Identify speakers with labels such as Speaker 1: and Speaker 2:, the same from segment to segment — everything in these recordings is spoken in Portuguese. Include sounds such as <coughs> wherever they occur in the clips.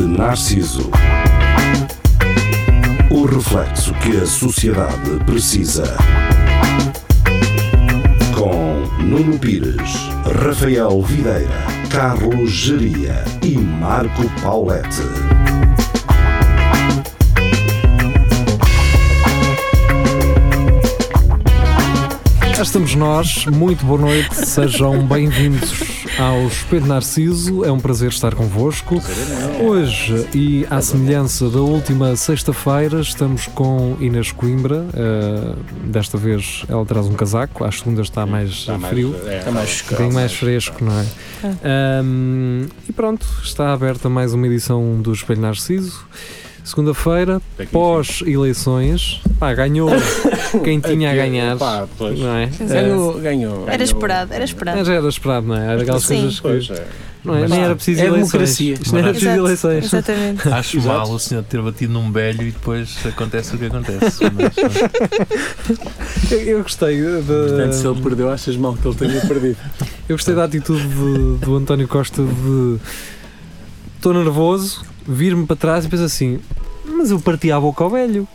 Speaker 1: Narciso. O reflexo que a sociedade precisa. Com Nuno Pires, Rafael Videira, Carlos Geria e Marco Paulette.
Speaker 2: Cá estamos nós, muito boa noite, sejam bem-vindos ao Espelho Narciso, é um prazer estar convosco. Hoje, e à semelhança da última sexta-feira, estamos com Inês Coimbra, eh, desta vez ela traz um casaco, às segundas está mais eh, frio.
Speaker 3: Está mais
Speaker 2: Um bocadinho mais fresco, não é? Ahm, e pronto, está aberta mais uma edição do Espelho Narciso. Segunda-feira, pós-eleições, pá, <laughs> ganhou quem tinha a ganhar.
Speaker 3: Pá, pois.
Speaker 2: Não é?
Speaker 3: Ganhou, ganhou.
Speaker 4: Era esperado, era
Speaker 2: Ah, mas
Speaker 4: esperado.
Speaker 2: já era esperado, não é? Era aquelas
Speaker 4: Sim.
Speaker 2: coisas
Speaker 3: Pois
Speaker 2: que.
Speaker 3: é.
Speaker 2: Não é?
Speaker 5: Mas
Speaker 2: Nem
Speaker 5: pá,
Speaker 2: era preciso
Speaker 3: é
Speaker 2: eleições.
Speaker 3: democracia.
Speaker 2: Isto não era preciso
Speaker 4: Exato,
Speaker 2: eleições.
Speaker 5: <laughs>
Speaker 4: Exatamente.
Speaker 5: Acho
Speaker 3: Exato.
Speaker 5: mal o senhor ter batido num belho e depois acontece o que acontece. Mas, mas,
Speaker 2: Eu, <laughs> eu gostei
Speaker 3: Portanto, se
Speaker 2: da.
Speaker 3: ele perdeu, achas mal que ele tenha
Speaker 6: <laughs>
Speaker 3: perdido.
Speaker 2: Eu gostei da atitude de- do António Costa de. Estou nervoso, vir-me para trás e penso assim, mas eu parti a boca ao velho.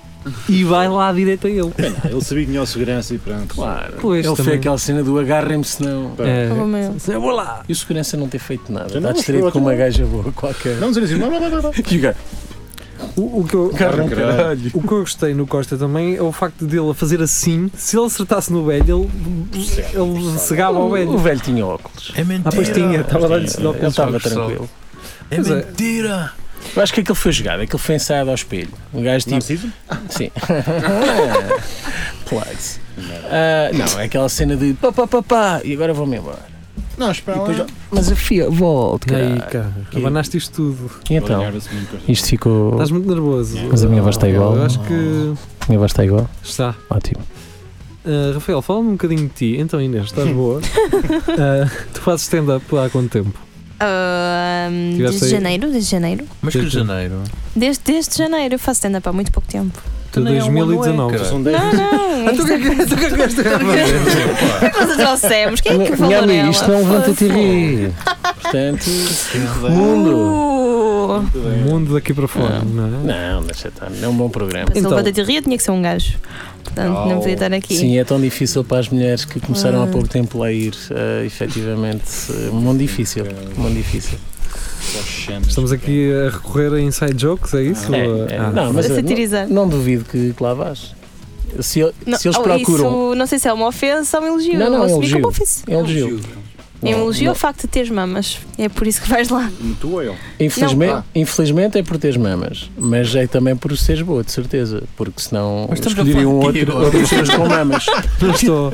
Speaker 2: E vai lá direito a ele.
Speaker 6: Ele sabia que tinha o segurança e pronto.
Speaker 3: Claro.
Speaker 2: Pois,
Speaker 3: É, ele
Speaker 2: também.
Speaker 3: fez aquela cena do agarrem-me senão.
Speaker 2: É,
Speaker 4: Oh, meu.
Speaker 2: eu vou lá.
Speaker 3: E o segurança não ter feito nada.
Speaker 6: Então
Speaker 3: Está
Speaker 6: não,
Speaker 3: distraído
Speaker 6: mas
Speaker 3: com
Speaker 6: foi
Speaker 3: uma
Speaker 6: ótimo.
Speaker 3: gaja boa qualquer.
Speaker 6: Não, dizer assim, não, não, não, não, não.
Speaker 3: E o gajo,
Speaker 2: O, o que eu,
Speaker 3: agarram,
Speaker 6: um Caralho.
Speaker 3: caralho.
Speaker 2: o que eu gostei no Costa também é o facto dele a fazer assim. Se ele acertasse no velho, ele, ele cegava ao
Speaker 3: O
Speaker 2: velho.
Speaker 3: velho tinha óculos.
Speaker 5: é mentira!
Speaker 2: Ah, pois tinha, estava a dar-lhe
Speaker 3: Ele
Speaker 2: óculos.
Speaker 3: estava
Speaker 5: só.
Speaker 3: tranquilo.
Speaker 5: É
Speaker 2: Pois é.
Speaker 5: mentira!
Speaker 3: Eu acho que aquilo foi jogado, aquilo foi ensaiado ao espelho. O gajo tipo.
Speaker 6: Narciso?
Speaker 3: Sim. Plugs. Ah, não, é aquela cena de pá pá pá pá e agora vou-me embora.
Speaker 6: Não,
Speaker 3: E
Speaker 6: espera
Speaker 3: depois,
Speaker 6: lá.
Speaker 3: mas a fia, volta.
Speaker 2: Aí,
Speaker 3: caralho.
Speaker 2: cara,
Speaker 3: que-
Speaker 2: abanaste isto tudo.
Speaker 3: E então? Isto ficou.
Speaker 2: Estás muito nervoso.
Speaker 3: Mas a minha voz está Tá igual.
Speaker 2: Eu acho que
Speaker 3: A minha voz está igual?
Speaker 2: está.
Speaker 3: Ótimo.
Speaker 2: Ah, Rafael, fala-me um bocadinho de ti. Então, Inês, estás
Speaker 3: <laughs>
Speaker 2: boa? Ah, tu fazes stand-up há quanto tempo?
Speaker 4: Ah, hum,
Speaker 2: Tiveste
Speaker 4: desde
Speaker 2: aí-
Speaker 4: janeiro, desde janeiro.
Speaker 5: Mas que
Speaker 2: Sim, sim.
Speaker 5: janeiro?
Speaker 4: Desde, desde janeiro, eu faço stand-up há muito pouco tempo.
Speaker 2: Tu
Speaker 5: Também é um ano, é,
Speaker 2: 2019.
Speaker 5: cara.
Speaker 6: São 10
Speaker 4: Não, não.
Speaker 2: Então, o que é que- então, o que é que
Speaker 4: <laughs>
Speaker 2: esta
Speaker 4: Nós trouxemos. Quem é que falou nela?
Speaker 3: isto um não levanta te
Speaker 4: Foda-se.
Speaker 3: rir. Portanto, é um mundo.
Speaker 4: Uh,
Speaker 2: O mundo daqui para fora, não, é?
Speaker 3: Não, deixa estar. É um bom programa.
Speaker 4: Se
Speaker 2: Então-
Speaker 4: levanta-te e ria, tinha que ser um gajo. Portanto, não podia estar aqui.
Speaker 3: Sim, é tão difícil para as mulheres que começaram
Speaker 4: Ah.
Speaker 3: há pouco tempo lá a ir, ah, efetivamente. ah, muito difícil. Muito difícil.
Speaker 2: Estamos aqui a recorrer a inside jokes, é isso?
Speaker 3: É, é.
Speaker 2: Ah,
Speaker 3: Não,
Speaker 4: A
Speaker 3: mas eu não,
Speaker 4: satirizar.
Speaker 3: não duvido que, que lá vás. Se, eu-
Speaker 4: Não,
Speaker 3: se eles
Speaker 4: oh,
Speaker 3: procuram.
Speaker 4: Isso, não sei se é uma ofensa ou um elogio.
Speaker 3: Não,
Speaker 4: Eu
Speaker 3: não, é
Speaker 4: assumi como
Speaker 3: elogio.
Speaker 4: ofensa.
Speaker 3: É um
Speaker 4: É
Speaker 3: elogio.
Speaker 4: um
Speaker 3: Não,
Speaker 4: elogio
Speaker 3: não.
Speaker 4: ao facto de teres mamas. É por isso que vais lá.
Speaker 6: Tu ou eu?
Speaker 3: Infelizmente,
Speaker 5: Ah.
Speaker 6: Não.
Speaker 3: infelizmente é por teres mamas, mas é também por seres boa, de certeza, porque senão
Speaker 5: Mas estamos a
Speaker 3: escolheriam
Speaker 5: falar de quê
Speaker 3: outro,
Speaker 5: agora?
Speaker 3: outras pessoas com
Speaker 5: <laughs>
Speaker 3: mamas.
Speaker 2: não estou.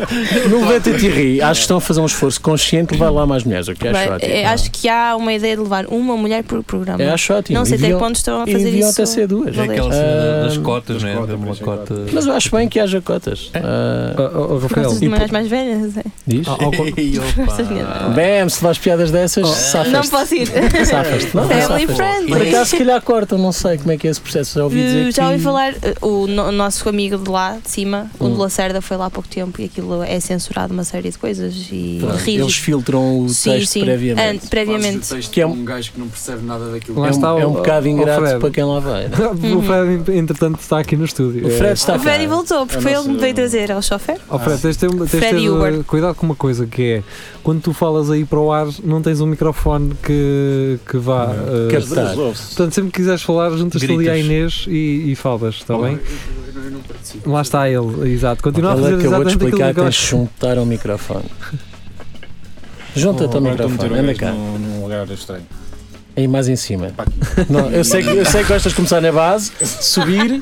Speaker 3: Não levanta te rir, acho que estão a fazer um esforço consciente levar lá mais mulheres, o que
Speaker 4: Vai-
Speaker 3: acho ótimo.
Speaker 4: é, acho que há uma ideia de levar uma mulher por programa.
Speaker 3: É, tipo, acho ótimo.
Speaker 4: não sei até
Speaker 3: Deviam-
Speaker 4: que ponto estão a
Speaker 3: e
Speaker 4: fazer
Speaker 3: deviam
Speaker 4: isso.
Speaker 3: até ser duas.
Speaker 4: Não
Speaker 5: É aquela cena das cotas,
Speaker 6: das
Speaker 5: não é?
Speaker 6: cotas,
Speaker 5: De uma
Speaker 6: sim,
Speaker 5: cota.
Speaker 3: Mas eu acho bem que haja cotas. Ah,
Speaker 2: Oh, oh, Rafael, Ah, oh,
Speaker 4: Gostas de mulheres mais velhas? é?
Speaker 3: diz?
Speaker 2: ao- ao con-
Speaker 5: <laughs> Ei, opa.
Speaker 3: oh. Bem, se levas piadas dessas,
Speaker 2: Oh.
Speaker 4: Não
Speaker 3: safas-te.
Speaker 4: posso
Speaker 3: <laughs>
Speaker 4: ir. É
Speaker 3: Safas-te. Não, é?
Speaker 4: Family
Speaker 3: safas-te. Por
Speaker 4: friendly.
Speaker 3: acaso, se calhar cortam, não sei como é que é esse processo. Já ouvi dizer
Speaker 4: Uh, Já ouvi
Speaker 3: que-
Speaker 4: falar, uh, o no- nosso amigo de lá de cima, o
Speaker 3: Hum.
Speaker 4: de Lacerda, foi lá há pouco tempo e aquilo é censurado uma série de coisas e
Speaker 3: Pronto,
Speaker 4: rígido.
Speaker 3: Eles filtram o
Speaker 4: Sim,
Speaker 3: texto
Speaker 4: sim.
Speaker 3: previamente.
Speaker 4: An- previamente.
Speaker 3: Que é um-
Speaker 7: gajo que não percebe nada daquilo.
Speaker 2: Lá
Speaker 3: é,
Speaker 2: está
Speaker 3: um,
Speaker 2: o-
Speaker 3: é um bocado
Speaker 2: o
Speaker 3: ingrato
Speaker 2: Fred.
Speaker 3: para quem lá vai. não é?
Speaker 2: <laughs> o Fred,
Speaker 4: Uhum.
Speaker 2: entretanto, está aqui no estúdio. É,
Speaker 3: O Fred está
Speaker 4: O Freddy
Speaker 3: cá.
Speaker 4: voltou, porque
Speaker 6: É
Speaker 4: foi ele
Speaker 6: nosso-
Speaker 4: que me veio trazer ao chofer.
Speaker 2: Oh, Fred, tens de ter, tens de
Speaker 4: Fred
Speaker 2: ter,
Speaker 4: e Uber.
Speaker 2: uh, cuidado com uma coisa que é quando tu falas aí para o ar, não tens um microfone que, que vá. uh,
Speaker 3: Que
Speaker 6: Mas resolve-se.
Speaker 2: portanto, sempre que quiseres falar, juntas-te ali à
Speaker 5: Gritas.
Speaker 2: Inês e, e falas, está bem? Lá está ele, exato. Continua a
Speaker 3: Ele
Speaker 2: fazer
Speaker 3: acabou de
Speaker 2: exatamente aquilo que
Speaker 3: explicar
Speaker 2: eu
Speaker 3: que tens
Speaker 2: gosto.
Speaker 3: de juntar
Speaker 2: <laughs>
Speaker 3: ao microfone.
Speaker 2: Oh,
Speaker 3: Junta-te ao
Speaker 2: um
Speaker 6: Agora estou a meter
Speaker 3: microfone, anda
Speaker 6: o
Speaker 3: cá.
Speaker 6: gajo num- num lugar
Speaker 3: <laughs>
Speaker 6: estranho.
Speaker 3: Aí mais em cima.
Speaker 6: Para aqui.
Speaker 3: Não, eu, sei que, eu sei que gostas de começar na base, subir,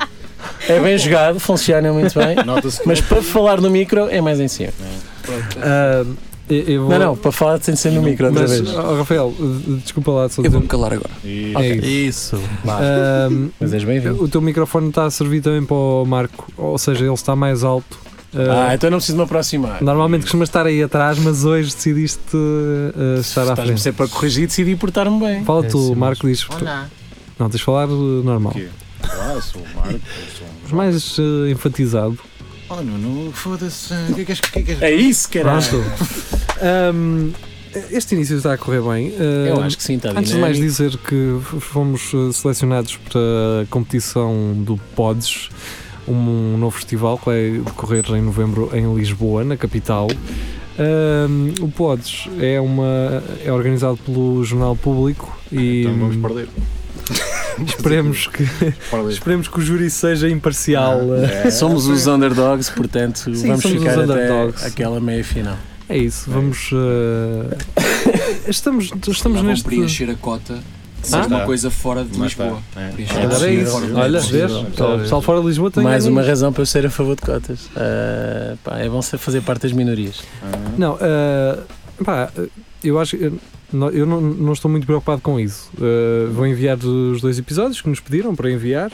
Speaker 3: é bem jogado, funciona muito bem,
Speaker 6: Nota-se que
Speaker 3: mas para falar no micro é mais em cima.
Speaker 6: é.
Speaker 2: Ah, eu- eu vou-
Speaker 3: Não, não, para falar tem de ser no micro outra
Speaker 2: Mas,
Speaker 3: vez.
Speaker 2: oh, Rafael, uh, desculpa lá, só
Speaker 7: Eu
Speaker 2: dizer.
Speaker 7: vou-me calar agora.
Speaker 3: Ah,
Speaker 6: E-
Speaker 2: É isso.
Speaker 5: Isso.
Speaker 2: Ahm,
Speaker 3: Mas és bem-vindo.
Speaker 2: o teu microfone está a servir também para o Marco, ou seja, ele está mais alto. Ah,
Speaker 3: Ah, então não preciso me aproximar.
Speaker 2: Normalmente costuma estar aí atrás, mas hoje decidiste uh, estar à
Speaker 3: Estás-me
Speaker 2: frente.
Speaker 3: sempre a corrigir e decidi portar-me bem.
Speaker 2: Fala
Speaker 5: É
Speaker 2: tu,
Speaker 5: assim
Speaker 2: Marco diz. Não, tens de falar uh, normal.
Speaker 6: quê? Ah, eu sou o Marco, eu sou um-
Speaker 2: Mas mais uh, enfatizado.
Speaker 6: Oh, Nuno, foda-se. O que é que és? o que é que és-
Speaker 3: É isso, caralho.
Speaker 2: Pronto. <laughs> Ahm, Este início está a correr bem. Eh,
Speaker 3: Eu acho que sim, tá né? está
Speaker 2: Antes de mais
Speaker 3: dinâmico.
Speaker 2: dizer que f- fomos eh, selecionados para a competição do Pods, um novo festival que vai decorrer em novembro em Lisboa, na capital. Ahm, o Pods é, uma, é organizado pelo Jornal Público e
Speaker 6: Então vamos perder.
Speaker 2: Hum. esperemos, que, <laughs>
Speaker 6: Perder.
Speaker 2: esperemos que o júri seja imparcial.
Speaker 6: É.
Speaker 3: Somos os underdogs, portanto
Speaker 2: Sim,
Speaker 3: vamos
Speaker 2: somos
Speaker 3: ficar
Speaker 2: os
Speaker 3: até
Speaker 2: underdogs.
Speaker 3: aquela meia final.
Speaker 2: É isso, vamos. eh, estamos
Speaker 7: Lá
Speaker 2: estamos
Speaker 7: vão
Speaker 2: neste.
Speaker 7: preencher a cota de
Speaker 6: Ah?
Speaker 7: alguma coisa fora de
Speaker 6: Mas tá.
Speaker 7: Lisboa.
Speaker 6: É.
Speaker 7: Preencher a
Speaker 2: Olha,
Speaker 7: cota
Speaker 2: é
Speaker 7: de
Speaker 2: isso.
Speaker 7: fora de
Speaker 2: Olha,
Speaker 7: Lisboa.
Speaker 2: vês? O pessoal fora de Lisboa tem.
Speaker 3: Mais uma
Speaker 2: amigos.
Speaker 3: razão para eu ser a favor de cotas. Ah, pá, é bom ser- fazer parte das minorias.
Speaker 6: Ah.
Speaker 2: Não, eh, pá, eu acho que. eh, não- Eu não, não estou muito preocupado com isso. Eh, vou enviar os dois episódios que nos pediram para enviar,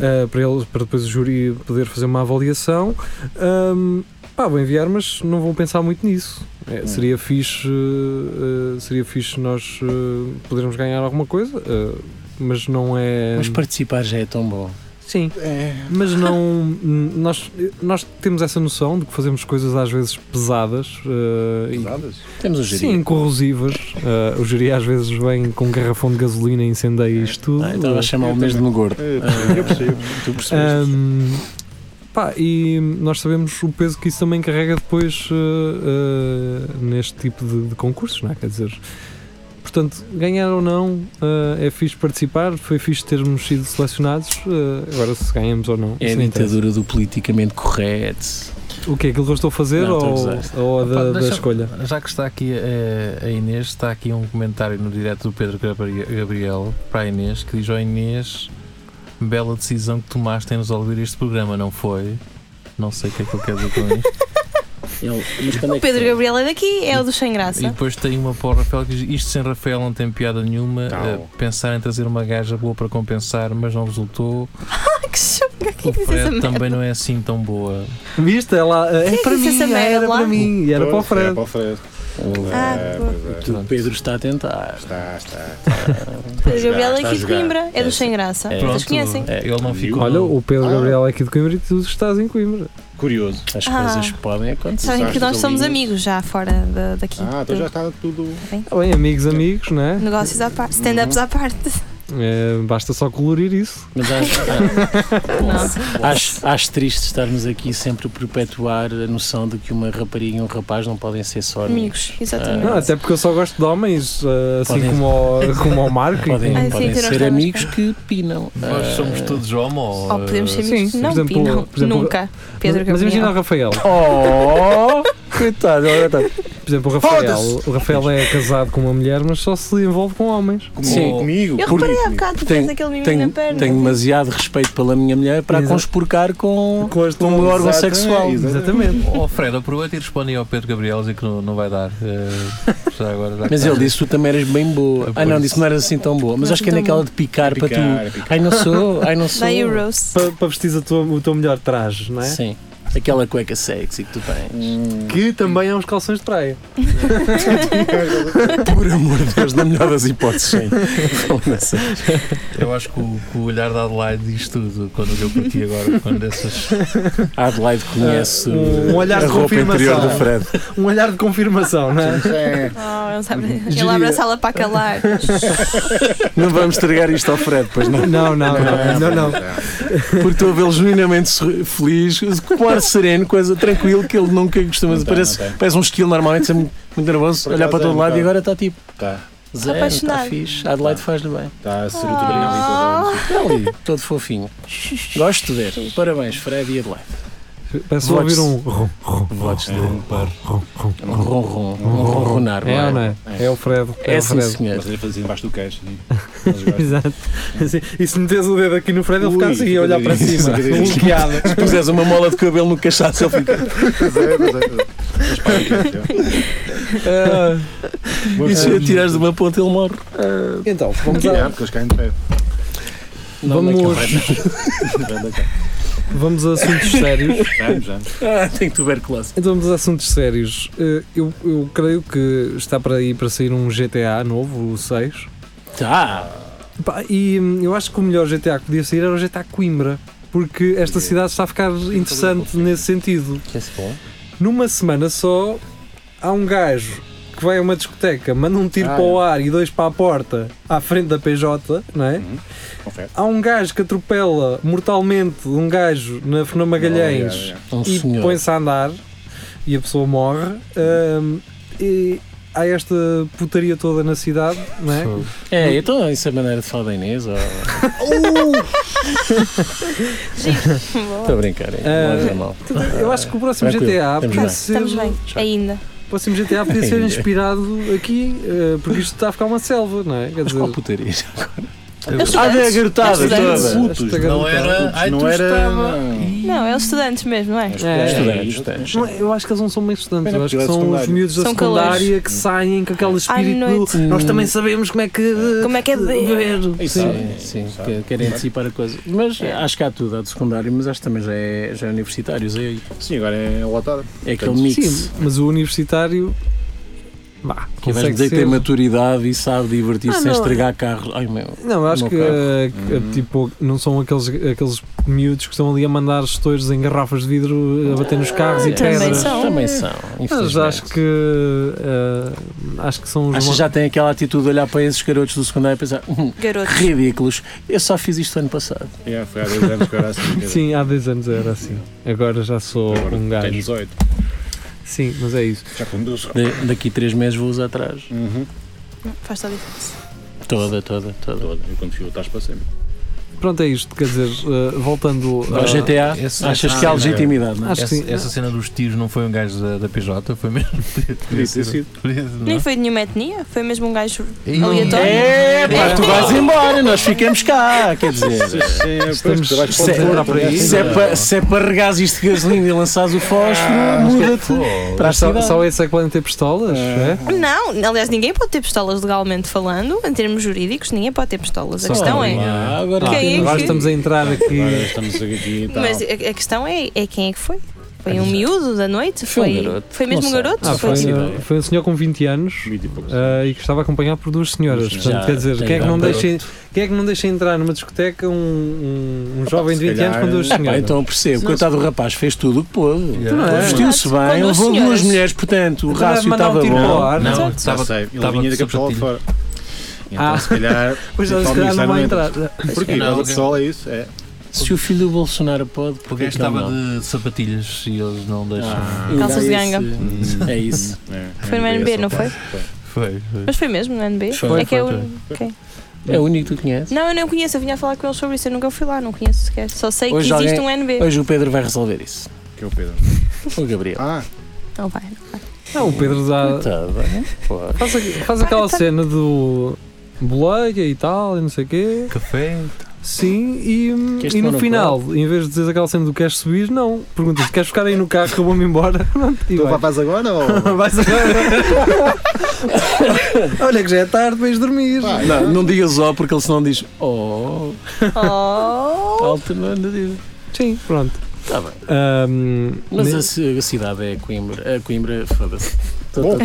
Speaker 2: eh, para, eles, para depois o júri poder fazer uma avaliação. Ahm, pá, vou enviar, mas não vou pensar muito nisso. Eh,
Speaker 6: Hum.
Speaker 2: seria, fixe, eh, seria fixe nós eh, podermos ganhar alguma coisa, eh, mas não é.
Speaker 3: Mas participar já é tão bom.
Speaker 2: Sim.
Speaker 6: É.
Speaker 2: Mas não. <laughs> nós, nós temos essa noção de que fazemos coisas às vezes pesadas eh, e
Speaker 6: Pesadas?
Speaker 3: Temos um
Speaker 2: Sim,
Speaker 3: gerir.
Speaker 2: corrosivas. Ah, o júri às vezes vem com um garrafão de gasolina e incendeia isto tudo.
Speaker 3: Ah, então vais chamar o
Speaker 6: Eu
Speaker 3: mesmo no gordo.
Speaker 6: É, Eu percebo. Tu
Speaker 2: Ah,
Speaker 6: percebes.
Speaker 2: Ahm, pá, e nós sabemos o peso que isso também carrega depois ah, ah, neste tipo de, de concursos, não é? Quer dizer, portanto, ganhar ou não ah, é fixe participar, foi fixe termos sido selecionados, ah, agora se ganhamos ou não.
Speaker 3: É a
Speaker 2: isso não interessa.
Speaker 3: ditadura do politicamente correto.
Speaker 2: O que é aquilo que eu estou a fazer
Speaker 3: Não, estou a
Speaker 2: ou,
Speaker 3: gozar.
Speaker 2: ou a da,
Speaker 5: Opa,
Speaker 2: da
Speaker 5: deixa-
Speaker 2: escolha?
Speaker 5: Já que está aqui eh, a, Inês, está aqui um comentário no direto do Pedro Gabri- Gabriel para a Inês que diz: Ó Inês, bela decisão que tomaste em nos ouvir este programa, não foi? Não sei o que é que ele quer dizer com
Speaker 4: <laughs>
Speaker 5: isto.
Speaker 4: O Pedro Gabriel é daqui, é o do Sem
Speaker 5: e
Speaker 4: Graça.
Speaker 5: depois tem uma para o Rafael que diz: Isto sem Rafael não tem piada nenhuma.
Speaker 6: Tal.
Speaker 5: eh, pensar em trazer uma gaja boa para compensar, mas não resultou.
Speaker 4: Ah, que chunga, quem
Speaker 5: O
Speaker 4: disse essa
Speaker 6: tá
Speaker 5: Fred
Speaker 4: merda?
Speaker 5: também não é assim tão boa.
Speaker 2: Viste? Ela, ah, é
Speaker 4: que
Speaker 2: para
Speaker 4: disse
Speaker 2: mim,
Speaker 4: essa
Speaker 2: ah,
Speaker 4: merda
Speaker 2: era
Speaker 4: lá?
Speaker 2: para mim, e era para o
Speaker 6: Pois,
Speaker 3: é,
Speaker 2: Fred.
Speaker 6: Era para o Fred.
Speaker 4: Ah,
Speaker 6: É,
Speaker 4: pois.
Speaker 6: pois é.
Speaker 3: O Pedro está a tentar.
Speaker 6: Está, está.
Speaker 4: Pedro Gabriel é
Speaker 6: Está a
Speaker 4: aqui de
Speaker 6: jogar.
Speaker 4: Coimbra, é do
Speaker 6: É.
Speaker 4: Sem Graça.
Speaker 3: É.
Speaker 4: Vocês
Speaker 5: Pronto,
Speaker 4: conhecem?
Speaker 5: eh, ele não ficou.
Speaker 2: Olha, o Pedro
Speaker 6: Ah.
Speaker 2: Gabriel é aqui de Coimbra e tu estás em Coimbra.
Speaker 6: Curioso.
Speaker 3: As
Speaker 4: Ah.
Speaker 3: coisas podem acontecer.
Speaker 4: Sabem que
Speaker 6: Usaste
Speaker 4: nós somos
Speaker 6: as
Speaker 4: amigos já fora da- daqui.
Speaker 6: Ah, então já está tudo.
Speaker 2: Tá bem, amigos, amigos, não é?
Speaker 4: Negócios à parte, stand-ups à parte.
Speaker 2: É, Basta só colorir isso.
Speaker 3: Mas <laughs> acho, ah,
Speaker 4: Não.
Speaker 3: acho, acho triste estarmos aqui sempre a perpetuar a noção de que uma rapariga e um rapaz não podem ser só amigos.
Speaker 4: Amigos,
Speaker 2: É. Não, assim,
Speaker 4: exatamente.
Speaker 2: até porque eu só gosto de homens, ah, assim
Speaker 3: Podem-
Speaker 2: como
Speaker 3: <laughs>
Speaker 2: o, como o Marco.
Speaker 3: Podem,
Speaker 4: Ai, sim,
Speaker 3: podem
Speaker 4: que eu não
Speaker 3: ser
Speaker 4: estava à
Speaker 3: amigos que pinam.
Speaker 5: Nós
Speaker 3: Ah,
Speaker 5: somos todos homo.
Speaker 4: Ou Oh, podemos ser
Speaker 5: eh,
Speaker 4: amigos?
Speaker 2: sim,
Speaker 4: não,
Speaker 2: por exemplo,
Speaker 4: Pino,
Speaker 2: por exemplo,
Speaker 4: nunca. Pedro
Speaker 2: mas imagina o
Speaker 4: Gabriel.
Speaker 2: Rafael.
Speaker 3: Oh! <laughs> Coitado, olha, tá.
Speaker 2: Por exemplo, o Rafael, o Rafael é casado com uma mulher, mas só se envolve com homens.
Speaker 6: Comigo.
Speaker 3: Sim.
Speaker 6: comigo.
Speaker 4: Eu
Speaker 3: Por-
Speaker 4: reparei há bocado, tu tens
Speaker 3: Tenho-
Speaker 4: aquele miminho
Speaker 3: tenho,
Speaker 4: na perna.
Speaker 3: tenho demasiado respeito pela minha mulher para a
Speaker 2: Exato.
Speaker 3: conspurcar com,
Speaker 2: Com né? este
Speaker 3: com o meu órgão
Speaker 6: Exatamente,
Speaker 3: sexual.
Speaker 2: Exatamente.
Speaker 5: Ó Fred, aproveita e responde ao Pedro Gabriel dizer que não, não vai dar. eh, já agora, já que
Speaker 3: Mas
Speaker 5: está.
Speaker 3: ele disse que tu também eras bem boa.
Speaker 5: Pois.
Speaker 3: Ah, não, disse que não eras assim tão boa. Mas
Speaker 4: Não,
Speaker 3: acho que é
Speaker 4: tão
Speaker 3: naquela de picar, para
Speaker 6: Picar,
Speaker 3: tu. Ai, não sou, ai, não sou.
Speaker 4: Daí o um
Speaker 2: <laughs>
Speaker 4: roast.
Speaker 2: Para, para vestir o teu melhor traje, não é?
Speaker 3: Sim. Aquela cueca sexy que tu tens.
Speaker 2: Que também é uns calções de praia.
Speaker 3: <laughs> Por amor de Deus, na melhor das hipóteses, sim. Foda-se.
Speaker 5: Eu acho que o, que o olhar da Adelaide diz tudo quando olhou para ti agora, quando <laughs> essas.
Speaker 3: A Adelaide conhece
Speaker 2: Ah, um- um olhar
Speaker 3: a
Speaker 2: de
Speaker 3: roupa interior
Speaker 2: confirmação.
Speaker 3: do Fred.
Speaker 2: Um olhar de confirmação, não é?
Speaker 4: Oh, não sabe. Ele
Speaker 2: Geria.
Speaker 4: abre a sala para calar.
Speaker 3: Não vamos entregar isto ao Fred, pois não. é.
Speaker 2: Não, não, não, não, não.
Speaker 3: Porque estou a vê-lo genuinamente sorri- feliz, com ar sereno, coisa tranquilo que ele nunca costuma.
Speaker 6: Não tem,
Speaker 3: parece,
Speaker 6: não tem.
Speaker 3: parece um esquilo normalmente, sempre muito nervoso,
Speaker 6: Por
Speaker 3: olhar para
Speaker 6: acaso
Speaker 3: todo
Speaker 6: é um
Speaker 3: lado e
Speaker 6: bocado.
Speaker 3: agora está tipo.
Speaker 6: Tá.
Speaker 3: Zero, está
Speaker 4: Apaixonado.
Speaker 3: fixe. A Adelaide faz-lhe bem.
Speaker 6: Está a ser o
Speaker 2: então,
Speaker 4: Oh.
Speaker 3: Está Tá. ali, todo fofinho. Gosto de ver. Parabéns, Fred e Adelaide.
Speaker 2: Parece só ouvir um rum, rum,
Speaker 3: Votos de um par.
Speaker 2: rum, rum.
Speaker 3: Um ronron. Um ronronar.
Speaker 2: É ou
Speaker 3: não
Speaker 2: não
Speaker 3: é?
Speaker 2: é? É o Fred.
Speaker 3: É
Speaker 2: o
Speaker 3: sim,
Speaker 2: Fred.
Speaker 3: senhor.
Speaker 6: Mas ele fazia embaixo do queixo. né? <laughs>
Speaker 2: <laughs> Exato. Assim, E se metes o dedo aqui no Fred, ele fica
Speaker 6: Ui,
Speaker 2: assim a olhar para
Speaker 6: fica
Speaker 2: cima, Um
Speaker 6: direitinho.
Speaker 2: bloqueado.
Speaker 3: Se puseres uma mola de cabelo no cachaço, ele fica.
Speaker 6: Pois é, pois é. Mas pá, o queixo, é.
Speaker 3: "Ah, E se atirares de uma ponta, ele morre. Ah,
Speaker 2: Então, vamos,
Speaker 6: É, porque eles caem de pé.
Speaker 3: Não,
Speaker 2: Vamos-
Speaker 3: não é que ele
Speaker 2: vamos a assuntos sérios.
Speaker 6: Vamos, vamos.
Speaker 3: vai- Ah, Tem tuberculose.
Speaker 2: Então, vamos a assuntos sérios. Eh, Eu, eu creio que está para aí para sair um GTA novo, o 6.
Speaker 3: Tá.
Speaker 2: Pá, E hum, eu acho que o melhor GTA que podia sair era o GTA Coimbra. Porque esta cidade está a ficar interessante nesse sentido.
Speaker 3: Que é bom.
Speaker 2: Numa semana só, há um gajo que vai a uma discoteca, manda um tiro
Speaker 6: Ah,
Speaker 2: para o
Speaker 6: é.
Speaker 2: ar e dois para a porta, à frente da PJ, não é?
Speaker 6: Uhum. Confere.
Speaker 2: Há um gajo que atropela mortalmente um gajo na Fernão Magalhães
Speaker 6: Olha, olha,
Speaker 3: Um
Speaker 2: e
Speaker 3: senhor.
Speaker 2: põe-se a andar e a pessoa morre. hum, e há esta putaria toda na cidade, não é?
Speaker 5: Fogo.
Speaker 3: É, então isso é a maneira de falar da Inês.
Speaker 2: <laughs>
Speaker 3: Ou... Estou a brincar, hein?
Speaker 2: Ah,
Speaker 3: não é mal.
Speaker 2: Eu acho que o próximo
Speaker 3: Tranquilo,
Speaker 2: GTA
Speaker 3: estamos
Speaker 2: podia
Speaker 3: bem.
Speaker 2: ser,
Speaker 4: Estamos bem, ainda.
Speaker 2: o próximo GTA podia
Speaker 3: <laughs>
Speaker 2: ser inspirado aqui, eh, porque isto está a ficar uma selva, não é? Quer
Speaker 3: Mas
Speaker 2: dizer,
Speaker 3: qual putaria?
Speaker 4: Ah, da garotada
Speaker 2: é toda.
Speaker 6: Putos,
Speaker 2: Esta
Speaker 6: não
Speaker 5: Não era.
Speaker 6: Putos,
Speaker 5: Ai,
Speaker 6: não
Speaker 5: tu
Speaker 6: era-
Speaker 5: estava.
Speaker 4: Não, é os estudantes mesmo, não é?
Speaker 2: É,
Speaker 3: Estudantes,
Speaker 6: estudantes.
Speaker 2: não é- eu acho que eles não são bem estudantes,
Speaker 6: Bem,
Speaker 2: eu acho que
Speaker 6: não,
Speaker 2: são os
Speaker 6: secundário.
Speaker 2: miúdos da
Speaker 4: São
Speaker 2: secundária que saem com aquele espírito
Speaker 4: noite.
Speaker 2: do, nós
Speaker 3: Hum.
Speaker 2: também sabemos como é que eh,
Speaker 4: Como é que é de beber?"
Speaker 3: Isso, sim, É. sim, que- querem antecipar a coisa. Mas acho que há tudo, há de secundário, mas acho que também já é, já é universitários. É,
Speaker 6: Sim, agora é lotada.
Speaker 3: é aquele mix.
Speaker 2: Sim, mas o universitário. Bah,
Speaker 3: Que vais
Speaker 2: consegue
Speaker 3: dizer
Speaker 2: ser-
Speaker 3: que tem maturidade e sabe divertir-se
Speaker 2: Ah,
Speaker 3: sem
Speaker 2: não.
Speaker 3: estragar carros. Ai meu.
Speaker 2: Não, eu acho
Speaker 3: no
Speaker 2: que,
Speaker 3: carro.
Speaker 2: eh, que, tipo, não são aqueles, aqueles miúdos que estão ali a mandar estojos em garrafas de vidro eh, a bater nos carros e
Speaker 4: Ah, também
Speaker 2: pedras.
Speaker 4: são.
Speaker 3: Também são.
Speaker 2: Mas
Speaker 3: infelizmente.
Speaker 2: acho que. eh, acho que são os.
Speaker 3: Acho que já tem aquela atitude de olhar para esses garotos do secundário e pensar: "Hum,
Speaker 4: Garotos.
Speaker 3: ridículos, eu só fiz isto ano passado.
Speaker 6: Yeah, É, foi há dois anos que eu era assim. quer dizer,
Speaker 2: Sim, há 10 anos era assim. Agora já sou
Speaker 6: Agora
Speaker 2: um
Speaker 6: tenho
Speaker 2: gajo.
Speaker 6: 18.
Speaker 2: Sim, mas é isso.
Speaker 6: Já conduzo.
Speaker 3: Da- daqui três meses vou usar atrás.
Speaker 6: Uhum.
Speaker 4: Faz toda a diferença.
Speaker 3: Toda, toda, toda.
Speaker 6: Todo. Eu confio, estás para sempre.
Speaker 2: Pronto, é isto. Quer dizer, eh, voltando.
Speaker 3: Ao
Speaker 2: a-
Speaker 3: GTA,
Speaker 5: esse-
Speaker 3: achas
Speaker 5: esse-
Speaker 3: que há
Speaker 5: ah,
Speaker 3: legitimidade, não é?
Speaker 2: Acho que
Speaker 5: Essa,
Speaker 2: sim.
Speaker 5: essa cena dos tiros não foi um gajo da, da PJ, foi mesmo.
Speaker 6: Podia ter sido.
Speaker 5: <laughs> Podia- não?
Speaker 4: Nem foi de nenhuma etnia, foi mesmo um gajo
Speaker 5: E não-
Speaker 4: aleatório.
Speaker 3: É, pá, tu vais embora, nós ficamos cá, quer dizer.
Speaker 2: Estamos-
Speaker 6: tu vais
Speaker 3: Se
Speaker 6: para o
Speaker 3: é,
Speaker 6: Porto, não é?
Speaker 3: se, é Ah, para, se é para regares isto de gasolina e lançares o fósforo, muda-te para a
Speaker 2: Mas só,
Speaker 3: cidade.
Speaker 2: só esse é que podem ter pistolas? É?
Speaker 4: Não, aliás, ninguém pode ter pistolas legalmente falando, em termos jurídicos, ninguém pode ter pistolas. A questão é.
Speaker 3: Ah, agora
Speaker 4: Quem é
Speaker 2: Agora
Speaker 4: que-
Speaker 2: estamos a entrar aqui.
Speaker 6: Agora estamos aqui e tal.
Speaker 4: Mas a, a questão é, é quem é que foi? Foi um miúdo da noite?
Speaker 3: Foi um
Speaker 4: Foi,
Speaker 3: garoto.
Speaker 4: foi mesmo um
Speaker 3: Não sei.
Speaker 4: garoto?
Speaker 2: Ah,
Speaker 3: Não
Speaker 2: foi,
Speaker 3: faço ideia.
Speaker 2: foi um senhor com 20 anos
Speaker 6: Vinte e poucos.
Speaker 2: ah, e que estava acompanhado por duas senhoras.
Speaker 6: Já
Speaker 2: Portanto, quer dizer,
Speaker 3: tem
Speaker 2: quem é, que não
Speaker 3: idade
Speaker 2: deixa, quem é que não deixa entrar numa discoteca um, um, um jovem de
Speaker 6: se
Speaker 2: 20 anos com duas
Speaker 6: calhar-
Speaker 2: senhoras?
Speaker 3: então percebo,
Speaker 2: Não
Speaker 3: coitado do rapaz, fez tudo o que pôde.
Speaker 5: Yeah.
Speaker 2: Não é?
Speaker 3: Vestiu-se
Speaker 4: Exato,
Speaker 3: bem,
Speaker 4: com duas
Speaker 3: levou duas
Speaker 4: senhoras.
Speaker 3: mulheres, portanto o
Speaker 2: Então vai
Speaker 3: rácio
Speaker 2: mandar
Speaker 3: estava
Speaker 2: um tiro para o
Speaker 3: bom.
Speaker 2: ar.
Speaker 5: Não,
Speaker 6: Já
Speaker 5: estava.
Speaker 6: sei, ele
Speaker 5: tava
Speaker 6: vinha
Speaker 5: de
Speaker 6: da capital de
Speaker 5: sapatilho.
Speaker 6: fora. Então,
Speaker 2: Ah.
Speaker 6: se calhar.
Speaker 2: Pois já,
Speaker 6: então,
Speaker 2: se calhar
Speaker 6: amigos,
Speaker 2: não vai
Speaker 6: entra.
Speaker 2: entrar.
Speaker 6: Porquê?
Speaker 5: Não,
Speaker 6: Não,
Speaker 5: alguém-
Speaker 6: sol é isso? É.
Speaker 3: Se o filho do Bolsonaro pode, é
Speaker 5: O
Speaker 3: porque
Speaker 5: gajo estava de sapatilhas e eles não deixam.
Speaker 3: Ah.
Speaker 4: Calças de ganga.
Speaker 6: <laughs>
Speaker 3: É isso.
Speaker 4: Foi no NB, não foi?
Speaker 5: Foi, foi.
Speaker 4: Mas foi mesmo no NB?
Speaker 3: Foi,
Speaker 4: é que eu,
Speaker 5: foi,
Speaker 3: É o único que tu conheces.
Speaker 4: Não, eu não conheço, eu vinha a falar com eles sobre isso, eu nunca fui lá, não conheço sequer. Só sei
Speaker 3: Hoje
Speaker 4: que existe
Speaker 3: alguém-
Speaker 4: um NB.
Speaker 3: Hoje o Pedro vai resolver isso.
Speaker 6: Que é o Pedro.
Speaker 3: O Gabriel.
Speaker 6: Ah,
Speaker 4: Não vai.
Speaker 2: Não, o Pedro dá,
Speaker 3: Coitado, hein? Pô.
Speaker 2: faz, a- faz aquela
Speaker 4: Para,
Speaker 3: tá-
Speaker 4: para.
Speaker 2: cena do boleia e tal, e não sei o quê.
Speaker 5: Café.
Speaker 2: Sim, e,
Speaker 3: Queres
Speaker 2: e no
Speaker 3: tomar um
Speaker 2: final, em vez de dizer aquela cena do queres subir, não. Perguntas, queres ficar aí no carro que eu vou-me embora? <laughs> Pronto, e
Speaker 6: tu
Speaker 2: vai.
Speaker 6: vais agora ou.
Speaker 2: Vais agora. <laughs> Olha que já é tarde, vais dormir.
Speaker 6: <laughs> Vai.
Speaker 3: Não, não digas ó, porque ele senão diz oh, é
Speaker 4: Oh!
Speaker 3: alternativa.
Speaker 2: Sim, pronto.
Speaker 3: Tá bem.
Speaker 2: Ahm,
Speaker 3: Mas
Speaker 2: ne-
Speaker 3: a, ci- a cidade é Coimbra. A Coimbra, foda-se.
Speaker 6: Bom, bom, bom,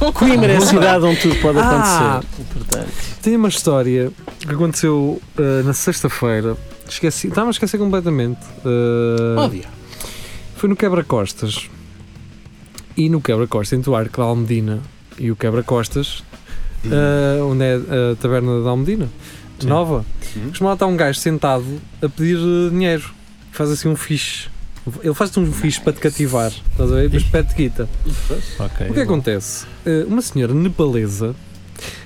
Speaker 6: bom.
Speaker 3: Coimbra é a cidade onde tudo pode
Speaker 2: Ah.
Speaker 3: acontecer. Portanto, tipo,
Speaker 2: tem uma história que aconteceu ah, na sexta-feira. Esqueci, estava a esquecer completamente. Ah,
Speaker 3: óbvio.
Speaker 2: Foi no Quebra-Costas. E no Quebra-Costas, entre o Arco da Almedina e o Quebra-Costas, ah, onde é a taberna da Almedina,
Speaker 5: Sim.
Speaker 2: nova,
Speaker 6: Uhum.
Speaker 2: costuma lá estar um gajo sentado a pedir ah, dinheiro. Faz assim um fixe. Ele faz-te um fixe para te cativar. Estás a ver? Depois pede-te guita.
Speaker 5: Ok.
Speaker 2: O
Speaker 6: É
Speaker 2: que acontece? Eh, Uma senhora nepalesa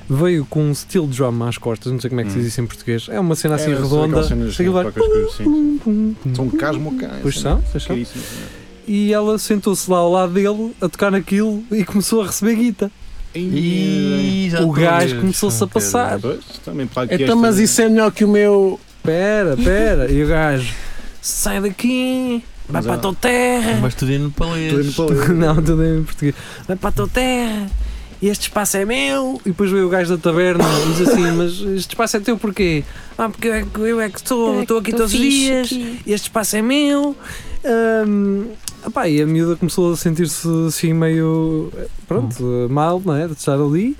Speaker 2: veio com um steel drum às costas, não sei como é que se diz isso em português. É uma cena assim
Speaker 6: É,
Speaker 2: redonda.
Speaker 6: Hum. aquelas cenas assim,
Speaker 2: aquilo vai-
Speaker 6: tocas coisas, sim.
Speaker 2: Pum, pum, pum.
Speaker 6: São casmocais.
Speaker 2: Pois são, pois são.
Speaker 6: Caríssimos, não é?
Speaker 2: E ela sentou-se lá ao lado dele a tocar naquilo e começou a receber guita.
Speaker 5: Ih, já
Speaker 2: O
Speaker 5: estou
Speaker 2: gajo
Speaker 5: ver.
Speaker 2: começou-se a
Speaker 5: Meu Deus.
Speaker 2: passar.
Speaker 6: Pois, também pago que
Speaker 3: Então,
Speaker 6: esta-
Speaker 3: mas isso é melhor que o meu.
Speaker 2: Pera, pera. E o gajo sai daqui, vai
Speaker 6: Mas
Speaker 2: para a
Speaker 6: há-
Speaker 2: tua terra.
Speaker 5: É, Mas tudo em nepalês.
Speaker 6: Tudo em palês.
Speaker 2: <laughs> Não, tudo em português. Vai para a tua terra. E este espaço é meu. E depois veio o gajo da taberna e diz assim: Mas este espaço é teu porquê? Ah, porque eu é que, eu é que estou, estou aqui
Speaker 4: Tô
Speaker 2: todos os
Speaker 4: fixe
Speaker 2: dias.
Speaker 4: aqui.
Speaker 2: este espaço é meu. Hum, opá, e a miúda começou a sentir-se assim meio eh, pronto, eh, mal, não é? De estar ali.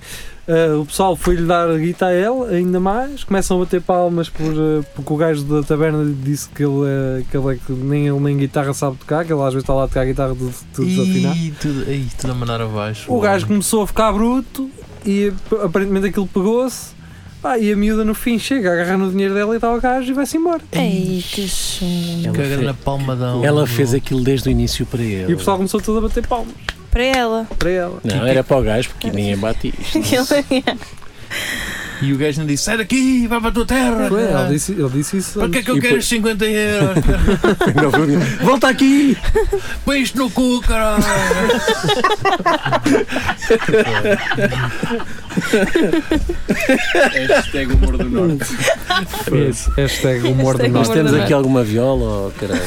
Speaker 2: Ah, o pessoal foi-lhe dar a guita a ele, ainda mais. Começam a bater palmas por, ah, porque o gajo da taberna lhe disse que ele, é- que, ele é que nem ele nem guitarra sabe tocar, que ele às vezes está lá a tocar a guitarra de, de, de desafinar.
Speaker 5: Ih, tudo, aí, tudo a mandar abaixo.
Speaker 2: O gajo começou a ficar bruto e ap- aparentemente aquilo pegou-se. Pá, e a miúda no fim chega, agarra no dinheiro dela e dá ao gajo e vai-se embora.
Speaker 4: Ei, que chum.
Speaker 3: Ela
Speaker 5: Caga
Speaker 3: fe-
Speaker 5: na palmadão.
Speaker 3: Ela fez aquilo desde o início para ele.
Speaker 2: E o pessoal começou todo a bater palmas <laughs>
Speaker 4: Para ela.
Speaker 2: para ela.
Speaker 3: Não, era para o gajo, porque ninguém batia. <laughs>
Speaker 5: E o gajo não disse: sai daqui, vai para a tua
Speaker 4: É
Speaker 5: terra.
Speaker 2: Foi,
Speaker 5: caralho.
Speaker 2: ele, disse, ele disse isso.
Speaker 5: Para que é que eu
Speaker 3: E
Speaker 5: quero
Speaker 3: foi-
Speaker 5: os 50 euros?
Speaker 3: <laughs> Volta aqui!
Speaker 5: Põe isto no cu, caralho!
Speaker 7: Hashtag humor do norte.
Speaker 2: Esse
Speaker 4: <laughs>
Speaker 2: Hashtag humor do
Speaker 4: Hashtag
Speaker 2: norte.
Speaker 4: humor
Speaker 3: Nós temos
Speaker 4: do
Speaker 3: aqui alguma viola, oh, caralho.